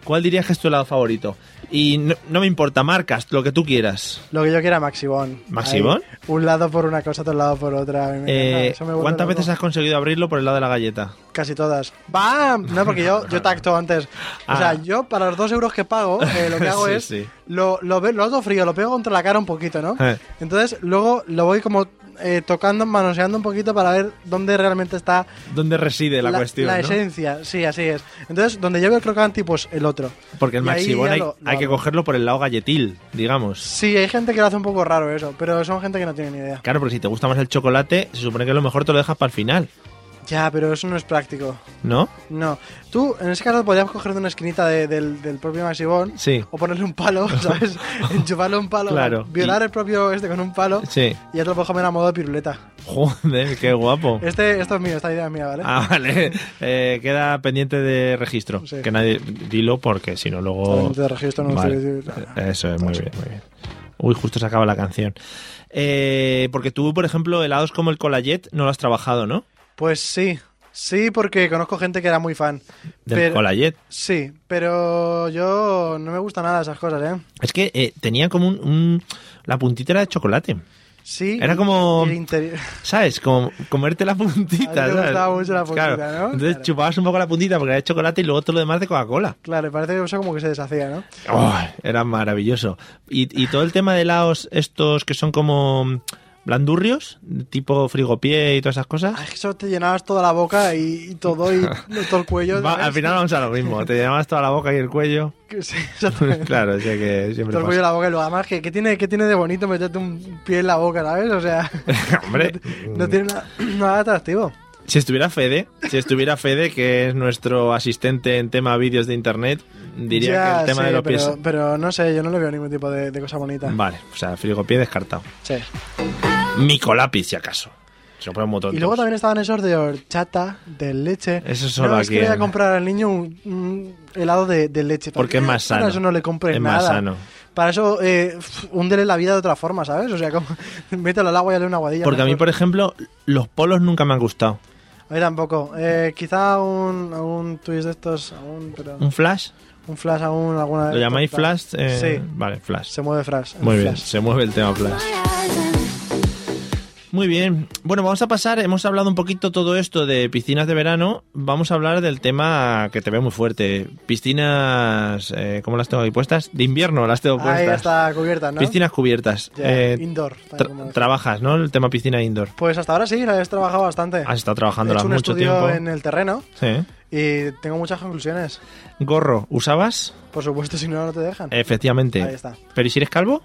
Speaker 1: ¿Cuál dirías que es tu helado favorito? Y no, no me importa, marcas, lo que tú quieras.
Speaker 2: Lo que yo quiera, Maxibón.
Speaker 1: ¿Maxibón?
Speaker 2: Ahí, Un lado por una cosa, otro lado por otra. A mí me encanta,
Speaker 1: Eh,
Speaker 2: eso me vuelve
Speaker 1: ¿Cuántas
Speaker 2: loco.
Speaker 1: veces has conseguido abrirlo por el lado de la galleta?
Speaker 2: Casi todas. ¡Bam! No, porque yo, yo tacto antes. O
Speaker 1: Ah.
Speaker 2: sea, yo para los dos euros que pago, eh, lo que hago
Speaker 1: Sí,
Speaker 2: es.
Speaker 1: sí.
Speaker 2: Lo, lo, ve- lo hago frío, lo pego contra la cara un poquito, ¿no?
Speaker 1: Eh.
Speaker 2: Entonces, luego lo voy como eh, tocando, manoseando un poquito para ver dónde realmente está
Speaker 1: ¿Dónde reside la, cuestión?
Speaker 2: la
Speaker 1: no?
Speaker 2: esencia. Sí, así es. Entonces, donde yo veo el crocante, pues el otro.
Speaker 1: Porque el
Speaker 2: Y ahí
Speaker 1: maximón
Speaker 2: ya
Speaker 1: hay,
Speaker 2: lo- lo
Speaker 1: hay que
Speaker 2: hago.
Speaker 1: cogerlo por el lado galletil, digamos.
Speaker 2: Sí, hay gente que lo hace un poco raro eso, pero son gente que no tiene ni idea.
Speaker 1: Claro, porque si te gusta más el chocolate, se supone que lo mejor te lo dejas para el final,
Speaker 2: Ya, pero eso no es práctico.
Speaker 1: ¿no?
Speaker 2: No. Tú, en ese caso, podrías coger de una esquinita de- del, del propio Maxibón.
Speaker 1: Sí.
Speaker 2: O ponerle un palo, ¿sabes? Enchufarle un palo.
Speaker 1: Claro.
Speaker 2: Violar
Speaker 1: Y-
Speaker 2: el propio este con un palo.
Speaker 1: Sí.
Speaker 2: Y ya te lo puedo comer a modo de piruleta.
Speaker 1: Joder, qué guapo.
Speaker 2: Este, esto es mío, esta idea es mía, ¿vale?
Speaker 1: Ah, vale. Eh, queda pendiente de registro.
Speaker 2: Sí.
Speaker 1: Que nadie. Dilo porque si no
Speaker 2: Está
Speaker 1: luego.
Speaker 2: pendiente de registro, no
Speaker 1: Vale.
Speaker 2: estoy diciendo-
Speaker 1: Eh, Eso es, muy bien, muy bien. Uy, justo se acaba la canción. Eh, porque tú, por ejemplo, helados como el Colayet no lo has trabajado, ¿no?
Speaker 2: Pues sí. Sí, porque conozco gente que era muy fan.
Speaker 1: Del
Speaker 2: Pero-
Speaker 1: Colayet.
Speaker 2: Sí, pero yo no me gusta nada esas cosas, ¿eh?
Speaker 1: Es que eh, tenía como un, un- La puntita era de chocolate.
Speaker 2: Sí.
Speaker 1: Era como-
Speaker 2: y el interior-
Speaker 1: ¿Sabes? Como comerte la puntita.
Speaker 2: A ti te
Speaker 1: ¿sabes?
Speaker 2: gustaba mucho la puntita,
Speaker 1: Claro.
Speaker 2: ¿no?
Speaker 1: Entonces
Speaker 2: Claro.
Speaker 1: chupabas un poco la puntita porque era de chocolate y luego todo lo demás de Coca-Cola.
Speaker 2: Claro, y parece que eso como que se deshacía, ¿no?
Speaker 1: Oh, era maravilloso. Y, y todo el tema de helados estos que son como blandurrios, tipo frigopié y todas esas
Speaker 2: Ay,
Speaker 1: cosas.
Speaker 2: Ah, que Eso te llenabas toda la boca y, y todo, y todo el cuello.
Speaker 1: va-
Speaker 2: ¿sabes?
Speaker 1: al final vamos a lo mismo. Te llenabas toda la boca y el cuello.
Speaker 2: Que Sí, exactamente.
Speaker 1: claro, o sea que siempre
Speaker 2: Todo el cuello en
Speaker 1: pasa.
Speaker 2: la boca y lo además, que, que tiene, que tiene de bonito meterte un pie en la boca, ¿sabes? O sea,
Speaker 1: Hombre,
Speaker 2: no tiene na- nada de atractivo.
Speaker 1: si estuviera Fede, si estuviera Fede, que es nuestro asistente en tema vídeos de internet, diría
Speaker 2: Ya,
Speaker 1: que el tema
Speaker 2: sí,
Speaker 1: de los
Speaker 2: pero,
Speaker 1: pies.
Speaker 2: pero no sé, yo no le veo ningún tipo de, de cosa bonita.
Speaker 1: Vale, o sea, frigopié descartado.
Speaker 2: Sí.
Speaker 1: Micolapis, si acaso. Se lo ponen muy
Speaker 2: Y
Speaker 1: tontos.
Speaker 2: luego también estaban esos de horchata, de leche.
Speaker 1: Eso solo
Speaker 2: no, es
Speaker 1: aquí,
Speaker 2: que le voy
Speaker 1: ¿eh?
Speaker 2: a comprar al niño un, un helado de, de leche.
Speaker 1: Porque es más
Speaker 2: Para
Speaker 1: sano.
Speaker 2: eso no le compres
Speaker 1: Es
Speaker 2: pues nada.
Speaker 1: más sano.
Speaker 2: Para eso, eh, pf, húndele la vida de otra forma, ¿sabes? O sea, como, mételo al agua y dale una guadilla.
Speaker 1: Porque a mí,
Speaker 2: mejor.
Speaker 1: por ejemplo, los polos nunca me han gustado.
Speaker 2: A mí tampoco. Eh, quizá un, un twist de estos, aún, pero
Speaker 1: ¿Un flash?
Speaker 2: un flash aún, alguna
Speaker 1: Mm. ¿Lo llamáis flash? Eh,
Speaker 2: Sí.
Speaker 1: Vale, flash.
Speaker 2: Se mueve flash. el
Speaker 1: Muy bien,
Speaker 2: flash.
Speaker 1: se mueve el tema flash. Muy bien. Bueno, vamos a pasar, hemos hablado un poquito todo esto de piscinas de verano, vamos a hablar del tema que te veo muy fuerte. Piscinas, eh, ¿cómo las tengo ahí puestas? De invierno las tengo puestas.
Speaker 2: Ahí está cubierta, ¿no?
Speaker 1: Piscinas cubiertas.
Speaker 2: Ya,
Speaker 1: Eh,
Speaker 2: indoor. tal
Speaker 1: tra-
Speaker 2: como es.
Speaker 1: trabajas, ¿no? El tema piscina indoor.
Speaker 2: pues hasta ahora sí, la he trabajado bastante.
Speaker 1: Has estado
Speaker 2: He hecho
Speaker 1: trabajándolas
Speaker 2: un
Speaker 1: mucho
Speaker 2: estudio
Speaker 1: tiempo.
Speaker 2: en el terreno
Speaker 1: Sí.
Speaker 2: y tengo muchas conclusiones.
Speaker 1: Gorro, ¿usabas?
Speaker 2: Por supuesto, si no, no te dejan.
Speaker 1: Eh. Efectivamente.
Speaker 2: Ahí está.
Speaker 1: ¿Pero y si eres calvo?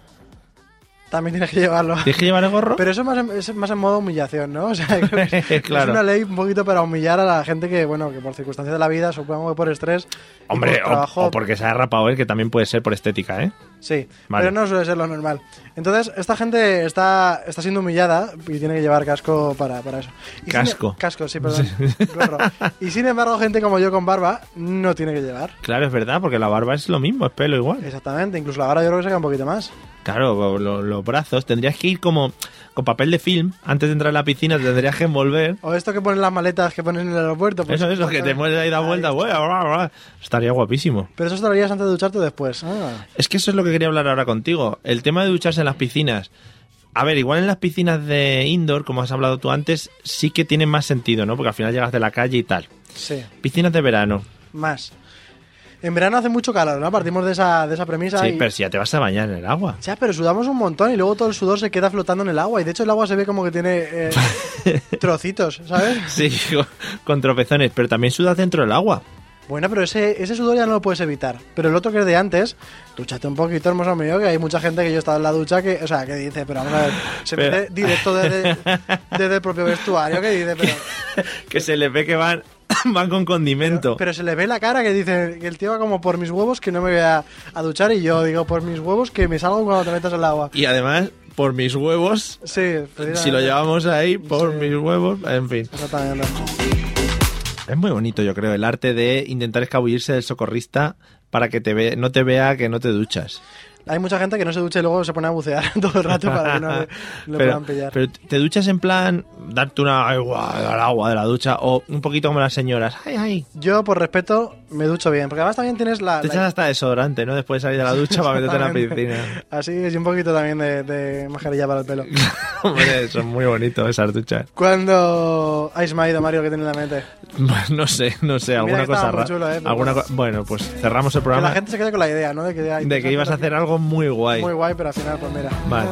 Speaker 2: también tienes que llevarlo.
Speaker 1: ¿Tienes que llevar el gorro?
Speaker 2: Pero eso es más en, es más en modo humillación, ¿no? O sea, creo que es-
Speaker 1: Claro.
Speaker 2: es una ley un poquito para humillar a la gente que, bueno, que por circunstancias de la vida, supongo que por estrés. y
Speaker 1: Hombre,
Speaker 2: por
Speaker 1: o-
Speaker 2: trabajo,
Speaker 1: o, porque se ha rapado él, que también puede ser por estética, ¿eh?
Speaker 2: Sí,
Speaker 1: Vale.
Speaker 2: pero no suele ser lo normal. Entonces, esta gente está, está siendo humillada y tiene que llevar casco para, para eso. Y sin- e-,
Speaker 1: Casco.
Speaker 2: casco, sí, perdón. Gorro. Y sin embargo, gente como yo con barba no tiene que llevar.
Speaker 1: Claro, es verdad, porque la barba es lo mismo, es pelo igual.
Speaker 2: Exactamente, incluso la barba yo creo que saca un poquito más.
Speaker 1: Claro, lo- los brazos, tendrías que ir como con papel de film, antes de entrar a la piscina, te tendrías que envolver.
Speaker 2: O esto que ponen las maletas que ponen en el aeropuerto. pues,
Speaker 1: Eso, eso, que te mueves ahí da vuelta, bla, bla, bla. estaría guapísimo.
Speaker 2: Pero eso te lo harías antes de ducharte o después. Ah,
Speaker 1: Es que eso es lo que quería hablar ahora contigo. El tema de ducharse en las piscinas. A ver, igual en las piscinas de indoor, como has hablado tú antes, sí que tiene más sentido, ¿no? Porque al final llegas de la calle y tal.
Speaker 2: sí,
Speaker 1: Piscinas de verano.
Speaker 2: más. En verano hace mucho calor, ¿no? Partimos de esa, de esa premisa.
Speaker 1: Sí,
Speaker 2: y-
Speaker 1: pero si ya te vas a bañar en el agua.
Speaker 2: Ya, pero sudamos un montón y luego todo el sudor se queda flotando en el agua. Y de hecho el agua se ve como que tiene eh, trocitos, ¿sabes?
Speaker 1: Sí, con- con tropezones, pero también sudas dentro del agua.
Speaker 2: Bueno, pero ese, ese sudor ya no lo puedes evitar. Pero el otro que es de antes, dúchate un poquito, hermoso mío, que hay mucha gente que yo he estado en la ducha que, o sea, que dice, pero vamos a ver, se
Speaker 1: Pero-
Speaker 2: mete directo desde, desde el propio vestuario, que dice, pero,
Speaker 1: Que se les ve que van, van con condimento.
Speaker 2: pero se le ve la cara que dice, que el tío va como por mis huevos que no me voy a, a duchar y yo digo, por mis huevos que me salgo cuando te metas al agua.
Speaker 1: Y además, por mis huevos,
Speaker 2: Sí,
Speaker 1: si lo
Speaker 2: precisamente.
Speaker 1: llevamos ahí, por mis huevos, en fin.
Speaker 2: Exactamente.
Speaker 1: Es muy bonito, yo creo, el arte de intentar escabullirse del socorrista para que te ve, no te vea que no te duchas.
Speaker 2: Hay mucha gente que no se ducha y luego se pone a bucear todo el rato para que no le, le
Speaker 1: pero,
Speaker 2: puedan pillar.
Speaker 1: pero te duchas en plan darte una agua al agua de la ducha o un poquito como las señoras. Ay, ay.
Speaker 2: Yo, por respeto, me ducho bien. Porque además también tienes la.
Speaker 1: Te
Speaker 2: la-
Speaker 1: echas hasta desodorante, ¿no? Después de salir de la ducha para meterte en la
Speaker 2: Exactamente.
Speaker 1: piscina.
Speaker 2: Así es, y un poquito también de, de mascarilla para el pelo.
Speaker 1: Hombre, son muy bonitos esas duchas.
Speaker 2: Cuando. Ay, se me ha ido Mario, que tiene en la mente.
Speaker 1: Pues No sé, no sé, alguna
Speaker 2: que
Speaker 1: cosa
Speaker 2: estaba muy
Speaker 1: rara.
Speaker 2: chulo, ¿eh? Pero
Speaker 1: alguna
Speaker 2: bueno.
Speaker 1: co- bueno, pues cerramos el
Speaker 2: Que
Speaker 1: programa
Speaker 2: la gente se queda con la idea, ¿no? De que, ay,
Speaker 1: de que ibas a hacer algo muy guay.
Speaker 2: Muy guay, pero al final, pues mira.
Speaker 1: Vale.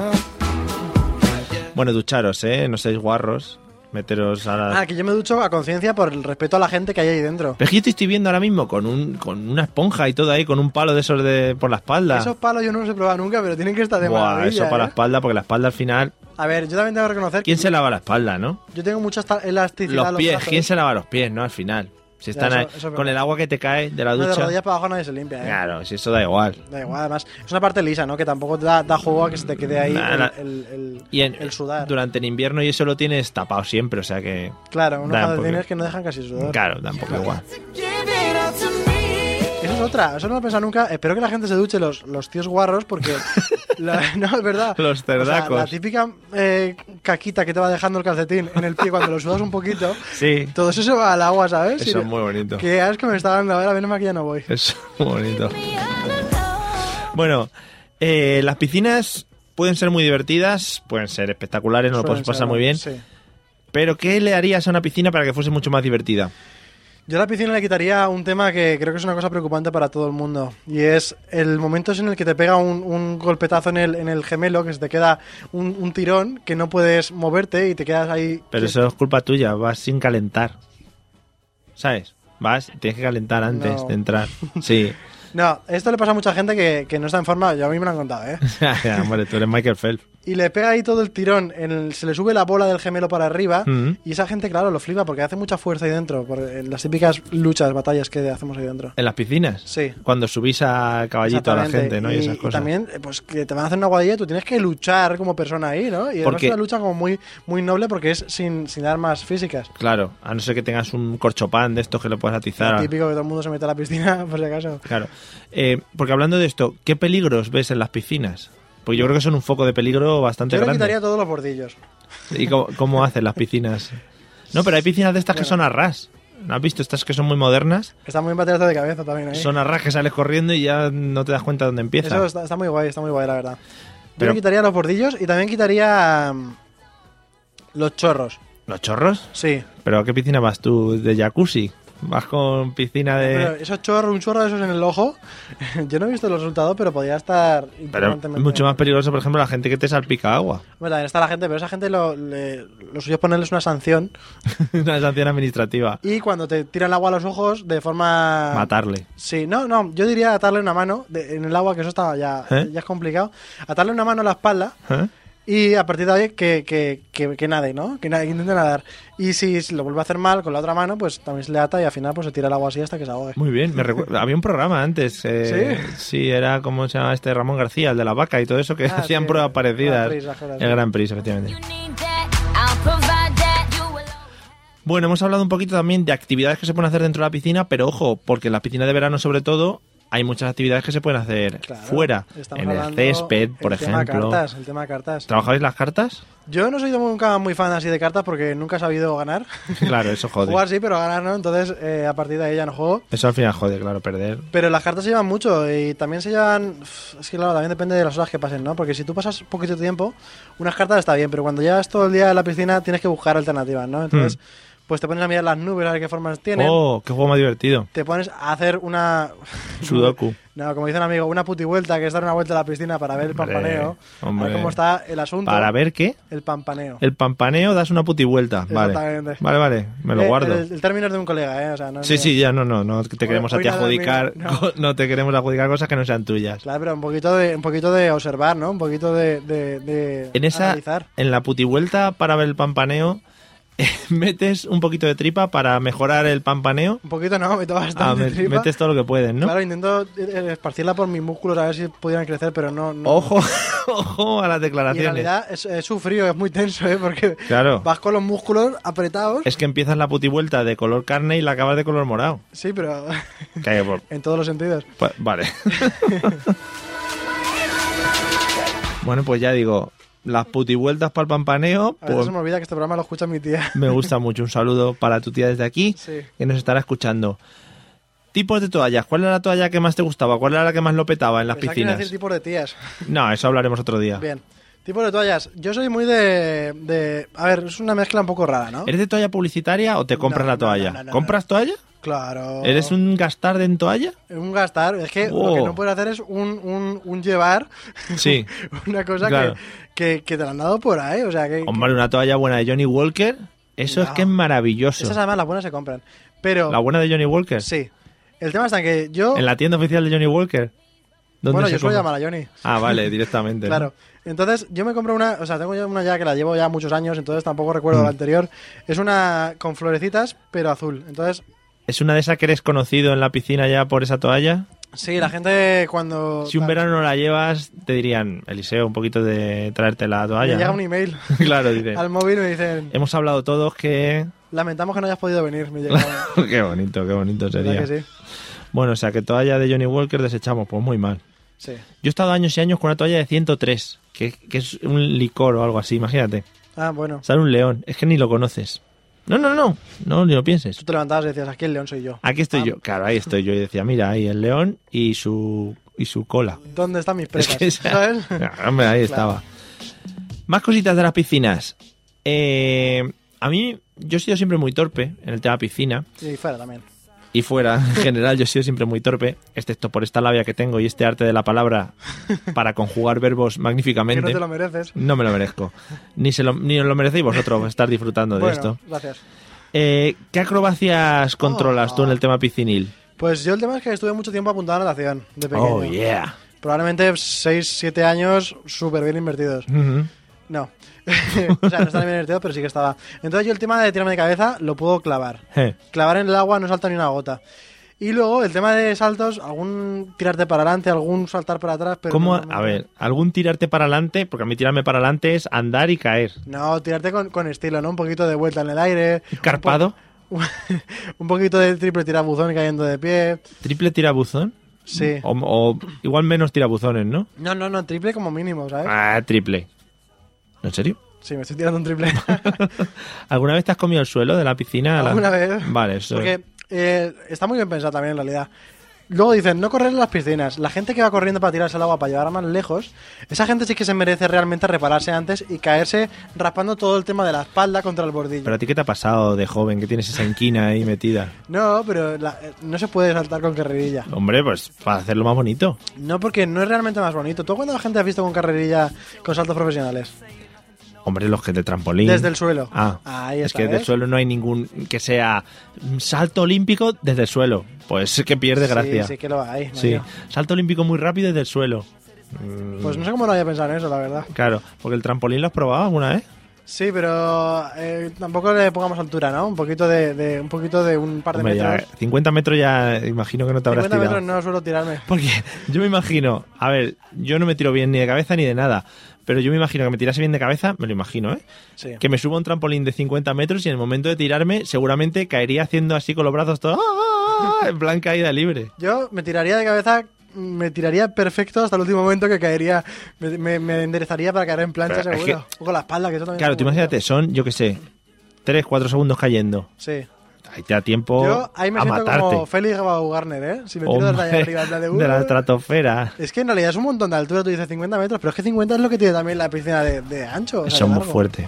Speaker 1: Bueno, ducharos, ¿eh? No seáis guarros. Meteros a la...
Speaker 2: Ah, que yo me ducho a conciencia por el respeto a la gente que hay ahí dentro.
Speaker 1: Pero es que yo te estoy viendo ahora mismo con, un, con una esponja y todo ahí, con un palo de esos de, por la espalda.
Speaker 2: Esos palos yo no los he probado nunca, pero tienen que estar de
Speaker 1: Buah,
Speaker 2: maravilla,
Speaker 1: eso para la
Speaker 2: ¿eh?
Speaker 1: espalda, porque la espalda al final.
Speaker 2: A ver, yo también tengo que reconocer
Speaker 1: ¿Quién
Speaker 2: que
Speaker 1: se lava la espalda, no?
Speaker 2: yo tengo mucha esta- elasticidad. en
Speaker 1: Los
Speaker 2: los
Speaker 1: pies,
Speaker 2: brazos.
Speaker 1: ¿quién se lava los pies, no? Al final. Si
Speaker 2: Ya,
Speaker 1: están
Speaker 2: eso-
Speaker 1: ahí,
Speaker 2: eso es verdad.
Speaker 1: con el agua que te cae de la
Speaker 2: No, de
Speaker 1: ducha.
Speaker 2: rodillas para abajo nadie se limpia, ¿eh?
Speaker 1: Claro, si eso da igual.
Speaker 2: Da igual, además. Es una parte lisa, ¿no? Que tampoco da, da juego a que se te quede ahí
Speaker 1: Nah,
Speaker 2: el,
Speaker 1: la-
Speaker 2: el- el-
Speaker 1: Y en-
Speaker 2: el sudar.
Speaker 1: durante el invierno y eso lo tienes tapado siempre, o sea que.
Speaker 2: Claro, unos
Speaker 1: Da,
Speaker 2: calcetines
Speaker 1: porque-
Speaker 2: que no dejan casi sudar.
Speaker 1: Claro, tampoco igual.
Speaker 2: Esa es otra, eso no lo he pensado nunca. Espero que la gente se duche los, los tíos guarros porque. la- no, es verdad.
Speaker 1: Los
Speaker 2: O sea,
Speaker 1: cerdacos.
Speaker 2: la típica eh, caquita que te va dejando el calcetín en el pie cuando lo sudas un poquito.
Speaker 1: Sí,
Speaker 2: Todo eso se va al agua, ¿sabes?
Speaker 1: eso
Speaker 2: Y-
Speaker 1: es muy bonito.
Speaker 2: Qué asco me está dando ahora, menos mal que ya no voy.
Speaker 1: Es muy bonito. Bueno, eh, las piscinas pueden ser muy divertidas, pueden ser espectaculares, nos lo
Speaker 2: Suelen
Speaker 1: podemos pasar
Speaker 2: ser,
Speaker 1: pues muy bien.
Speaker 2: sí.
Speaker 1: Pero ¿qué le harías a una piscina para que fuese mucho más divertida?
Speaker 2: Yo a la piscina le quitaría un tema que creo que es una cosa preocupante para todo el mundo. Y es el momento es en el que te pega un, un golpetazo en el, en el gemelo, que se te queda un, un tirón, que no puedes moverte y te quedas ahí.
Speaker 1: Pero
Speaker 2: que-
Speaker 1: eso es culpa tuya, vas sin calentar. ¿Sabes? Vas, tienes que calentar antes
Speaker 2: No.
Speaker 1: de entrar. Sí.
Speaker 2: No, esto le pasa a mucha gente que, que no está en forma, yo a mí me lo han contado, ¿eh?
Speaker 1: Ya, Hombre, tú eres Michael Phelps.
Speaker 2: Y le pega ahí todo el tirón, en el- se le sube la bola del gemelo para arriba,
Speaker 1: Ujú.
Speaker 2: y esa gente, claro, lo flipa porque hace mucha fuerza ahí dentro, por eh, las típicas luchas, batallas que hacemos ahí dentro.
Speaker 1: En las piscinas.
Speaker 2: Sí.
Speaker 1: Cuando subís a caballito a la
Speaker 2: Exactamente.
Speaker 1: gente, ¿no? Y, esas cosas.
Speaker 2: también, eh, pues que te van a hacer una guadilla y tú tienes que luchar como persona ahí, ¿no? Y además
Speaker 1: Porque-
Speaker 2: es una lucha como muy, muy noble porque es sin, sin armas físicas.
Speaker 1: Claro, a no ser que tengas un corchopán de estos que lo puedas atizar.
Speaker 2: Lo Típico que todo el mundo se mete a la piscina, por si acaso.
Speaker 1: Claro. Eh, porque hablando de esto, ¿qué peligros ves en las piscinas? Porque yo creo que son un foco de peligro bastante
Speaker 2: Yo le
Speaker 1: grande.
Speaker 2: quitaría todos los bordillos.
Speaker 1: ¿Y cómo, cómo hacen las piscinas? No, pero hay piscinas de estas que son a ras. ¿No has visto estas que son muy modernas?
Speaker 2: Está muy bateadas de cabeza también ahí.
Speaker 1: Son a ras que sales corriendo y ya no te das cuenta dónde empieza.
Speaker 2: Eso está, está muy guay, está muy guay, la verdad. Yo
Speaker 1: Pero-
Speaker 2: le quitaría los bordillos y también quitaría mm, los chorros.
Speaker 1: ¿Los chorros?
Speaker 2: Sí.
Speaker 1: ¿Pero a qué piscina vas tú? ¿De jacuzzi? Vas con piscina
Speaker 2: Pero
Speaker 1: de.
Speaker 2: esos chorros, un chorro de esos en el ojo, yo no he visto los resultados, pero podría estar
Speaker 1: Pero
Speaker 2: impresionantemente-
Speaker 1: mucho más peligroso, por ejemplo, la gente que te salpica agua.
Speaker 2: Hombre, también está la gente, pero esa gente lo, le- lo suyo es ponerles una sanción
Speaker 1: Una sanción administrativa.
Speaker 2: y cuando te tiran el agua a los ojos de forma...
Speaker 1: Matarle.
Speaker 2: Sí, no, no, yo diría atarle una mano de- en el agua, que eso está ya,
Speaker 1: ¿Eh?
Speaker 2: ya es complicado. Atarle una mano a la espalda
Speaker 1: ¿Eh?
Speaker 2: y a partir de ahí que, que, que, que nade, ¿no? Que, na- que intente nadar. Y si lo vuelve a hacer mal con la otra mano, pues también se le ata y al final pues se tira el agua así hasta que se ahogue.
Speaker 1: Muy bien, me recuerda. Había un programa antes. eh, ¿Sí? era como se llama este Ramón García, el de la vaca y todo eso, que
Speaker 2: Ah,
Speaker 1: hacían
Speaker 2: sí,
Speaker 1: pruebas
Speaker 2: el
Speaker 1: parecidas.
Speaker 2: Grand Prix, las cosas,
Speaker 1: el
Speaker 2: sí.
Speaker 1: Gran Prix, efectivamente. Bueno, hemos hablado un poquito también de actividades que se pueden hacer dentro de la piscina, pero ojo, porque en la piscina de verano, sobre todo, hay muchas actividades que se pueden hacer fuera.
Speaker 2: Estamos
Speaker 1: En el
Speaker 2: hablando
Speaker 1: césped, por
Speaker 2: el tema
Speaker 1: ejemplo.
Speaker 2: cartas, el tema cartas.
Speaker 1: ¿Trabajáis las cartas?
Speaker 2: Yo no soy nunca muy fan así de cartas porque nunca he sabido ganar.
Speaker 1: Claro, eso jode.
Speaker 2: Jugar sí, pero ganar no. Entonces, eh, a partir de ahí ya no juego.
Speaker 1: Eso al final jode, claro, perder.
Speaker 2: Pero las cartas se llevan mucho y también se llevan. Uf, Es que claro, también depende de las horas que pasen, ¿no? Porque si tú pasas poquito tiempo, unas cartas está bien, pero cuando llevas todo el día en la piscina tienes que buscar alternativas, ¿no? Entonces, pues te pones a mirar las nubes, a ver qué formas tienen.
Speaker 1: Hmm. Oh, qué juego más divertido.
Speaker 2: Te pones a hacer una.
Speaker 1: Sudoku.
Speaker 2: No, como dice un amigo, una puti vuelta, que es dar una vuelta a la piscina para ver el pampaneo. a ver
Speaker 1: hombre.
Speaker 2: cómo está el asunto.
Speaker 1: ¿Para ver qué?
Speaker 2: El pampaneo.
Speaker 1: El pampaneo das una puti vuelta. Vale.
Speaker 2: Exactamente.
Speaker 1: Vale, vale, me lo
Speaker 2: Eh,
Speaker 1: guardo.
Speaker 2: El, el término es de un colega, ¿eh? O sea, no es
Speaker 1: Sí,
Speaker 2: mío.
Speaker 1: sí, ya no, no, no te queremos a
Speaker 2: hoy
Speaker 1: ti
Speaker 2: nada mío,
Speaker 1: adjudicar,
Speaker 2: no.
Speaker 1: co- no. te queremos adjudicar cosas que no sean tuyas.
Speaker 2: Claro, pero un poquito de, un poquito de observar, ¿no? Un poquito de, de, de
Speaker 1: En esa,
Speaker 2: analizar.
Speaker 1: en la putivuelta para ver el pampaneo, eh, metes un poquito de tripa para mejorar el pampaneo.
Speaker 2: Un poquito no, meto
Speaker 1: Ah,
Speaker 2: bastante
Speaker 1: me-
Speaker 2: tripa.
Speaker 1: metes todo lo que puedes, ¿no?
Speaker 2: Claro, intento eh, esparcirla por mis músculos a ver si pudieran crecer, pero no... no.
Speaker 1: Ojo, ojo a las
Speaker 2: Y en
Speaker 1: declaraciones.
Speaker 2: realidad es, es sufrido, es muy tenso, ¿eh? Porque
Speaker 1: Claro.
Speaker 2: vas con los músculos apretados.
Speaker 1: Es que empiezas la putivuelta de color carne y la acabas de color morado.
Speaker 2: Sí, pero
Speaker 1: Que hay por-
Speaker 2: en todos los sentidos.
Speaker 1: Pues, vale. bueno, pues ya digo, las putivueltas para el pampaneo,
Speaker 2: A veces
Speaker 1: pues
Speaker 2: se me olvida que este programa lo escucha mi tía.
Speaker 1: me gusta mucho. Un saludo para tu tía desde aquí,
Speaker 2: Sí.
Speaker 1: que nos estará escuchando. Tipos de toallas. ¿Cuál era la toalla que más te gustaba? ¿Cuál era la que más lo petaba en las
Speaker 2: Pensaba que iba a
Speaker 1: piscinas?
Speaker 2: decir tipos de tías.
Speaker 1: No, eso hablaremos otro día.
Speaker 2: Bien. Tipos de toallas. Yo soy muy de, de... A ver, es una mezcla un poco rara, ¿no?
Speaker 1: ¿Eres de toalla publicitaria o te compras
Speaker 2: No,
Speaker 1: la
Speaker 2: no,
Speaker 1: toalla?
Speaker 2: no, no, no,
Speaker 1: ¿Compras toalla?
Speaker 2: Claro.
Speaker 1: ¿Eres un gastar en toalla?
Speaker 2: Un gastar, es que lo
Speaker 1: Wow.
Speaker 2: que no puedes hacer es un, un, un llevar
Speaker 1: Sí.
Speaker 2: una cosa
Speaker 1: Claro.
Speaker 2: que, que, que te la han dado por ahí. O sea, que,
Speaker 1: Hombre, una toalla buena de Johnny Walker, eso es
Speaker 2: No.
Speaker 1: que es maravilloso.
Speaker 2: esas además las buenas se compran. Pero,
Speaker 1: La buena de Johnny Walker.
Speaker 2: sí. El tema está en que yo.
Speaker 1: En la tienda oficial de Johnny Walker. ¿Dónde
Speaker 2: Bueno,
Speaker 1: se
Speaker 2: yo suelo
Speaker 1: compra?
Speaker 2: llamar a Johnny.
Speaker 1: Ah, vale, directamente. ¿no?
Speaker 2: Claro. Entonces, yo me compro una. O sea, tengo ya una ya que la llevo ya muchos años, entonces tampoco recuerdo
Speaker 1: Mm.
Speaker 2: la anterior. Es una con florecitas, pero azul. Entonces,
Speaker 1: ¿Es una de esas que eres conocido en la piscina ya por esa toalla?
Speaker 2: sí, la gente cuando.
Speaker 1: Si un verano no la llevas, te dirían, Eliseo, un poquito de traerte la
Speaker 2: Me
Speaker 1: toalla.
Speaker 2: llega
Speaker 1: ¿no?".
Speaker 2: un email
Speaker 1: claro, Eh. dice.
Speaker 2: al móvil y me dicen:
Speaker 1: Hemos hablado todos que.
Speaker 2: Lamentamos que no hayas podido venir. Me llega.
Speaker 1: qué bonito, qué bonito sería.
Speaker 2: ¿Verdad que sí?
Speaker 1: Bueno, o sea, que toalla de Johnny Walker desechamos, pues muy mal.
Speaker 2: Sí.
Speaker 1: Yo he estado años y años con una toalla de 103, que, que es un licor o algo así, imagínate.
Speaker 2: Ah, bueno.
Speaker 1: Sale un león, es que ni lo conoces. No, no, no, no, ni lo pienses.
Speaker 2: Tú te levantabas y decías, aquí el león soy yo.
Speaker 1: Aquí estoy yo. Claro, ahí estoy yo. Y decía, mira, ahí el león y su y su cola.
Speaker 2: ¿Dónde están mis presas?
Speaker 1: que esa-
Speaker 2: ¿Sabes?
Speaker 1: Ah, Hombre, ahí estaba. Más cositas de las piscinas. Eh, a mí, yo he sido siempre muy torpe en el tema piscina.
Speaker 2: Y fuera también.
Speaker 1: Y fuera, en general, yo he sido siempre muy torpe, excepto por esta labia que tengo y este arte de la palabra para conjugar verbos
Speaker 2: Que
Speaker 1: magníficamente.
Speaker 2: no te lo mereces.
Speaker 1: No me lo merezco. Ni, se lo, ni os lo merecéis vosotros estar disfrutando
Speaker 2: bueno,
Speaker 1: de esto.
Speaker 2: gracias.
Speaker 1: Eh, ¿Qué acrobacias controlas tú en
Speaker 2: Oh.
Speaker 1: el tema piscinil?
Speaker 2: Pues yo el tema es que estuve mucho tiempo apuntado a natación, de pequeño.
Speaker 1: Oh, yeah.
Speaker 2: Probablemente 6, 7 años súper bien invertidos.
Speaker 1: Ujú.
Speaker 2: No. o sea, no estaba bien invertido, pero sí que estaba. Entonces yo el tema de tirarme de cabeza lo puedo clavar.
Speaker 1: Eh.
Speaker 2: Clavar en el agua no salta ni una gota. Y luego el tema de saltos, algún tirarte para adelante, algún saltar para atrás, pero...
Speaker 1: ¿Cómo?
Speaker 2: normalmente-
Speaker 1: A ver, ¿algún tirarte para adelante? Porque a mí tirarme para adelante es andar y caer.
Speaker 2: No, tirarte con, con estilo, ¿no? Un poquito de vuelta en el aire. un po-
Speaker 1: ¿Carpado?
Speaker 2: un poquito de triple tirabuzón cayendo de pie.
Speaker 1: ¿Triple tirabuzón?
Speaker 2: Sí.
Speaker 1: O, o igual menos tirabuzones, ¿no?
Speaker 2: No, no, no, triple como mínimo, ¿sabes?
Speaker 1: Ah, triple. ¿En serio?
Speaker 2: Sí, me estoy tirando un triple.
Speaker 1: ¿Alguna vez te has comido el suelo de la piscina? La-
Speaker 2: Alguna vez.
Speaker 1: Vale, eso.
Speaker 2: Porque eh, está muy bien pensado también, en realidad. Luego dicen, no correr en las piscinas. La gente que va corriendo para tirarse al agua para llegar más lejos, esa gente sí que se merece realmente repararse antes y caerse raspando todo el tema de la espalda contra el bordillo.
Speaker 1: ¿Pero a ti qué te ha pasado de joven que tienes esa inquina ahí metida?
Speaker 2: No, pero la- eh, no se puede saltar con carrerilla.
Speaker 1: Hombre, pues para hacerlo más bonito.
Speaker 2: No, porque no es realmente más bonito. ¿Tú cuánta gente has visto con carrerilla con saltos profesionales?
Speaker 1: Hombre, los que de trampolín.
Speaker 2: Desde el suelo.
Speaker 1: Ah,
Speaker 2: Ahí
Speaker 1: es
Speaker 2: está,
Speaker 1: que desde el
Speaker 2: ¿ves?
Speaker 1: suelo no hay ningún que sea mm, salto olímpico desde el suelo. Pues es que pierde
Speaker 2: Sí,
Speaker 1: gracia.
Speaker 2: sí que lo hay,
Speaker 1: Sí,
Speaker 2: Mario.
Speaker 1: salto olímpico muy rápido desde el suelo. Mm,
Speaker 2: Pues no sé cómo lo había pensado en eso, la verdad.
Speaker 1: Claro, porque el trampolín lo has probado alguna vez.
Speaker 2: Sí, pero eh, tampoco le pongamos altura, ¿no? Un poquito de, de- un poquito de un par de
Speaker 1: Hombre, ya,
Speaker 2: metros.
Speaker 1: 50 metros ya imagino que no te habrás
Speaker 2: 50
Speaker 1: tirado.
Speaker 2: metros no suelo tirarme.
Speaker 1: Porque yo me imagino, a ver, yo no me tiro bien ni de cabeza ni de nada, pero yo me imagino que me tirase bien de cabeza, me lo imagino, ¿eh?
Speaker 2: Sí.
Speaker 1: Que me suba a un trampolín de 50 metros y en el momento de tirarme seguramente caería haciendo así con los brazos todo, ¡ah! en plan caída libre.
Speaker 2: Yo me tiraría de cabeza, me tiraría perfecto hasta el último momento que caería. Me, me- me enderezaría para caer en plancha,
Speaker 1: Pero es
Speaker 2: seguro. O con la espalda, que eso también.
Speaker 1: Claro,
Speaker 2: es
Speaker 1: tú
Speaker 2: muy bonito.
Speaker 1: imagínate, son, yo qué sé, 3, 4 segundos cayendo.
Speaker 2: Sí.
Speaker 1: Ahí te da tiempo
Speaker 2: Yo ahí me
Speaker 1: a
Speaker 2: siento
Speaker 1: matarte.
Speaker 2: como Félix Baumgartner, ¿eh? Si me tiro desde allá
Speaker 1: Hombre,
Speaker 2: arriba, en plan de,
Speaker 1: de la
Speaker 2: "Uh".
Speaker 1: estratosfera.
Speaker 2: Es que en realidad es un montón de altura, tú dices 50 metros, pero es que 50 es lo que tiene también la piscina de, de ancho. o sea,
Speaker 1: Son
Speaker 2: de
Speaker 1: muy
Speaker 2: largo.
Speaker 1: fuertes.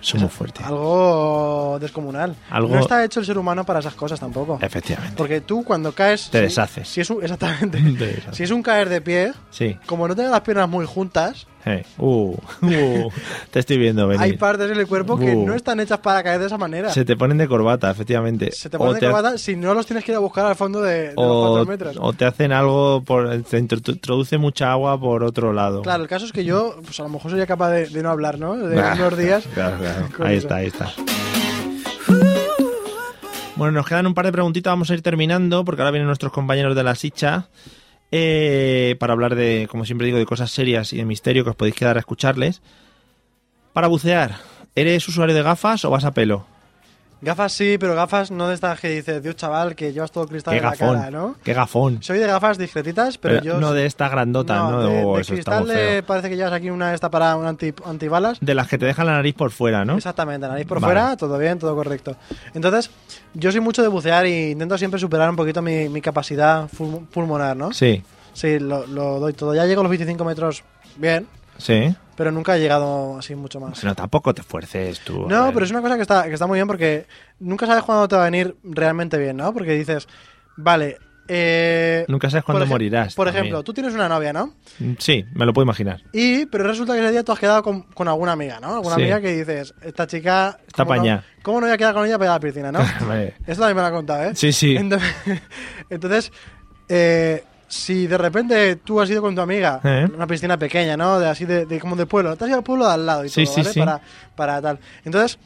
Speaker 1: Son muy fuertes.
Speaker 2: Algo descomunal.
Speaker 1: Algo-
Speaker 2: No está hecho el ser humano para esas cosas tampoco.
Speaker 1: Efectivamente.
Speaker 2: Porque tú cuando caes...
Speaker 1: Te
Speaker 2: si-
Speaker 1: deshaces.
Speaker 2: Si es un, exactamente.
Speaker 1: Te deshaces.
Speaker 2: Si es un caer de pie,
Speaker 1: Sí.
Speaker 2: como no tengas las piernas muy juntas,
Speaker 1: Eh, uh, uh, te estoy viendo venir.
Speaker 2: hay partes en el cuerpo que
Speaker 1: Uh.
Speaker 2: no están hechas para caer de esa manera.
Speaker 1: Se te ponen de corbata, efectivamente.
Speaker 2: Se te ponen de corbata si no los tienes que ir a buscar al fondo de, de los
Speaker 1: o,
Speaker 2: 4 metros.
Speaker 1: o te hacen algo, por, te intro- introduce mucha agua por otro lado.
Speaker 2: Claro, el caso es que yo, pues a lo mejor sería capaz de, de no hablar, ¿no? De
Speaker 1: Ah,
Speaker 2: unos días.
Speaker 1: Claro, claro.
Speaker 2: Con
Speaker 1: Ahí
Speaker 2: eso.
Speaker 1: está, ahí está. Bueno, nos quedan un par de preguntitas, vamos a ir terminando, porque ahora vienen nuestros compañeros de la Sicha eh, para hablar de, como siempre digo, de cosas serias y de misterio que os podéis quedar a escucharles. Para bucear, ¿eres usuario de gafas o vas a pelo?
Speaker 2: Gafas sí, pero gafas no de estas que dices, Dios chaval, que llevas todo cristal
Speaker 1: Qué
Speaker 2: en la
Speaker 1: gafón,
Speaker 2: cara, ¿no?
Speaker 1: qué gafón.
Speaker 2: Soy de gafas discretitas, pero,
Speaker 1: Pero
Speaker 2: yo.
Speaker 1: no de estas grandotas, ¿no?
Speaker 2: De,
Speaker 1: Oh,
Speaker 2: de
Speaker 1: eso está
Speaker 2: cristal
Speaker 1: muy
Speaker 2: eh,
Speaker 1: feo.
Speaker 2: parece que llevas aquí una esta para un anti, antibalas.
Speaker 1: De las que te dejan la nariz por fuera, ¿no?
Speaker 2: Exactamente, nariz por
Speaker 1: Vale.
Speaker 2: fuera, todo bien, todo correcto. Entonces, yo soy mucho de bucear y intento siempre superar un poquito mi, mi capacidad ful- pulmonar, ¿no?
Speaker 1: Sí,
Speaker 2: Sí, lo, lo doy todo. Ya llego a los 25 metros bien,
Speaker 1: sí.
Speaker 2: pero nunca he llegado así mucho más.
Speaker 1: Pero tampoco te esfuerces tú. a
Speaker 2: No,
Speaker 1: ver.
Speaker 2: pero es una cosa que está, que está muy bien porque nunca sabes cuándo te va a venir realmente bien, ¿no? Porque dices, vale. eh,
Speaker 1: Nunca sabes
Speaker 2: por
Speaker 1: cuándo
Speaker 2: ej-
Speaker 1: morirás
Speaker 2: Por
Speaker 1: también.
Speaker 2: ejemplo, tú tienes una novia, ¿no?
Speaker 1: Mm, Sí, me lo puedo imaginar.
Speaker 2: Y, pero resulta que ese día tú has quedado con, con alguna amiga, ¿no? Alguna
Speaker 1: Sí.
Speaker 2: amiga que dices, esta chica.
Speaker 1: Está
Speaker 2: ¿cómo no-
Speaker 1: pañá.
Speaker 2: ¿Cómo no voy a quedar con ella para ir a la piscina, no?
Speaker 1: Vale.
Speaker 2: Eso también me lo ha contado, ¿eh?
Speaker 1: Sí, sí.
Speaker 2: Entonces, entonces, eh, si de repente tú has ido con tu amiga
Speaker 1: ¿Eh?
Speaker 2: una piscina pequeña, ¿no? De así de, de- como de pueblo, te has ido al pueblo de al lado y
Speaker 1: Sí,
Speaker 2: todo,
Speaker 1: sí,
Speaker 2: ¿vale?
Speaker 1: sí.
Speaker 2: Para, para tal. Entonces,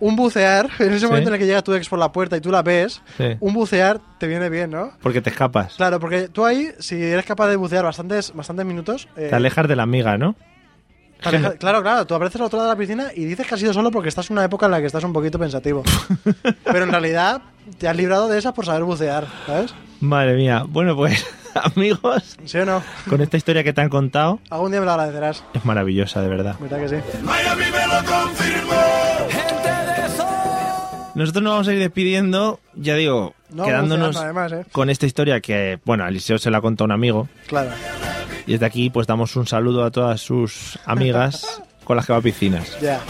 Speaker 2: un bucear, en ese
Speaker 1: Sí.
Speaker 2: momento en el que llega tu ex por la puerta y tú la ves,
Speaker 1: Sí.
Speaker 2: un bucear te viene bien, ¿no?
Speaker 1: Porque te escapas.
Speaker 2: Claro, porque tú ahí, si eres capaz de bucear bastantes, bastantes minutos, eh,
Speaker 1: Te alejas de la amiga, ¿no?
Speaker 2: te aleja- claro, claro, tú apareces al otro lado de la piscina y dices que has ido solo porque estás en una época en la que estás un poquito pensativo. Pero en realidad te has librado de esas por saber bucear, ¿sabes?
Speaker 1: Madre mía. Bueno, pues, amigos,
Speaker 2: ¿Sí o no?
Speaker 1: con esta historia que te han contado,
Speaker 2: Algún día me lo agradecerás,
Speaker 1: es maravillosa, de verdad.
Speaker 2: ¿verdad que sí?
Speaker 1: Nosotros nos vamos a ir despidiendo, ya digo,
Speaker 2: No,
Speaker 1: quedándonos
Speaker 2: buceando, además, ¿eh?
Speaker 1: con esta historia que, bueno, Eliseo se la contó a un amigo.
Speaker 2: Claro.
Speaker 1: Y desde aquí, pues, damos un saludo a todas sus amigas con las que va a piscinas.
Speaker 2: Ya.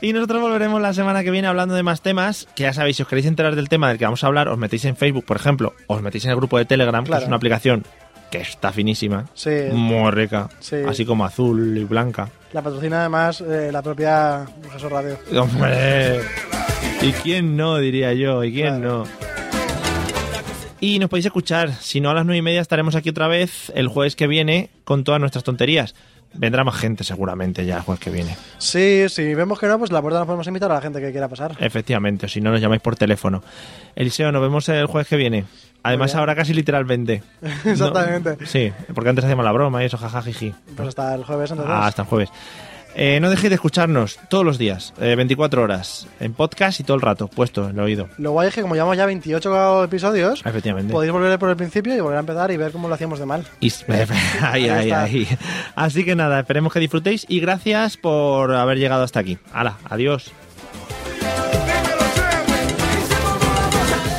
Speaker 1: Y nosotros volveremos la semana que viene hablando de más temas, que ya sabéis, si os queréis enterar del tema del que vamos a hablar, os metéis en Facebook, por ejemplo, os metéis en el grupo de Telegram, que
Speaker 2: Claro.
Speaker 1: es una aplicación que está finísima,
Speaker 2: Sí.
Speaker 1: muy rica,
Speaker 2: Sí.
Speaker 1: así como azul y blanca.
Speaker 2: La patrocina además eh, la propia Profesor Radio.
Speaker 1: ¡Hombre! ¿Y quién no, diría yo? ¿Y quién
Speaker 2: Claro.
Speaker 1: no? Y nos podéis escuchar, si no a las nueve y media estaremos aquí otra vez el jueves que viene con todas nuestras tonterías. Vendrá más gente seguramente ya el jueves que viene.
Speaker 2: Sí, si vemos que no, pues la puerta la podemos invitar a la gente que quiera pasar.
Speaker 1: Efectivamente, o si no nos llamáis por teléfono. Eliseo, nos vemos el jueves que viene. Además,
Speaker 2: bien.
Speaker 1: ahora casi literalmente.
Speaker 2: Exactamente.
Speaker 1: No- sí, porque antes hacíamos la broma y eso, jajajiji.
Speaker 2: Pues hasta el jueves entonces.
Speaker 1: Ah, hasta el jueves. Eh, no dejéis de escucharnos todos los días, eh, 24 horas, en podcast y todo el rato, puesto en el oído.
Speaker 2: Lo guay es que como llevamos ya 28 episodios,
Speaker 1: Efectivamente.
Speaker 2: podéis volver por el principio y volver a empezar y ver cómo lo hacíamos de mal.
Speaker 1: Y- Ay,
Speaker 2: Ahí
Speaker 1: ay,
Speaker 2: está.
Speaker 1: ay. Así que nada, esperemos que disfrutéis y gracias por haber llegado hasta aquí. Hala, adiós.
Speaker 8: Dímelo, Jerry. Hicimos una gozadera.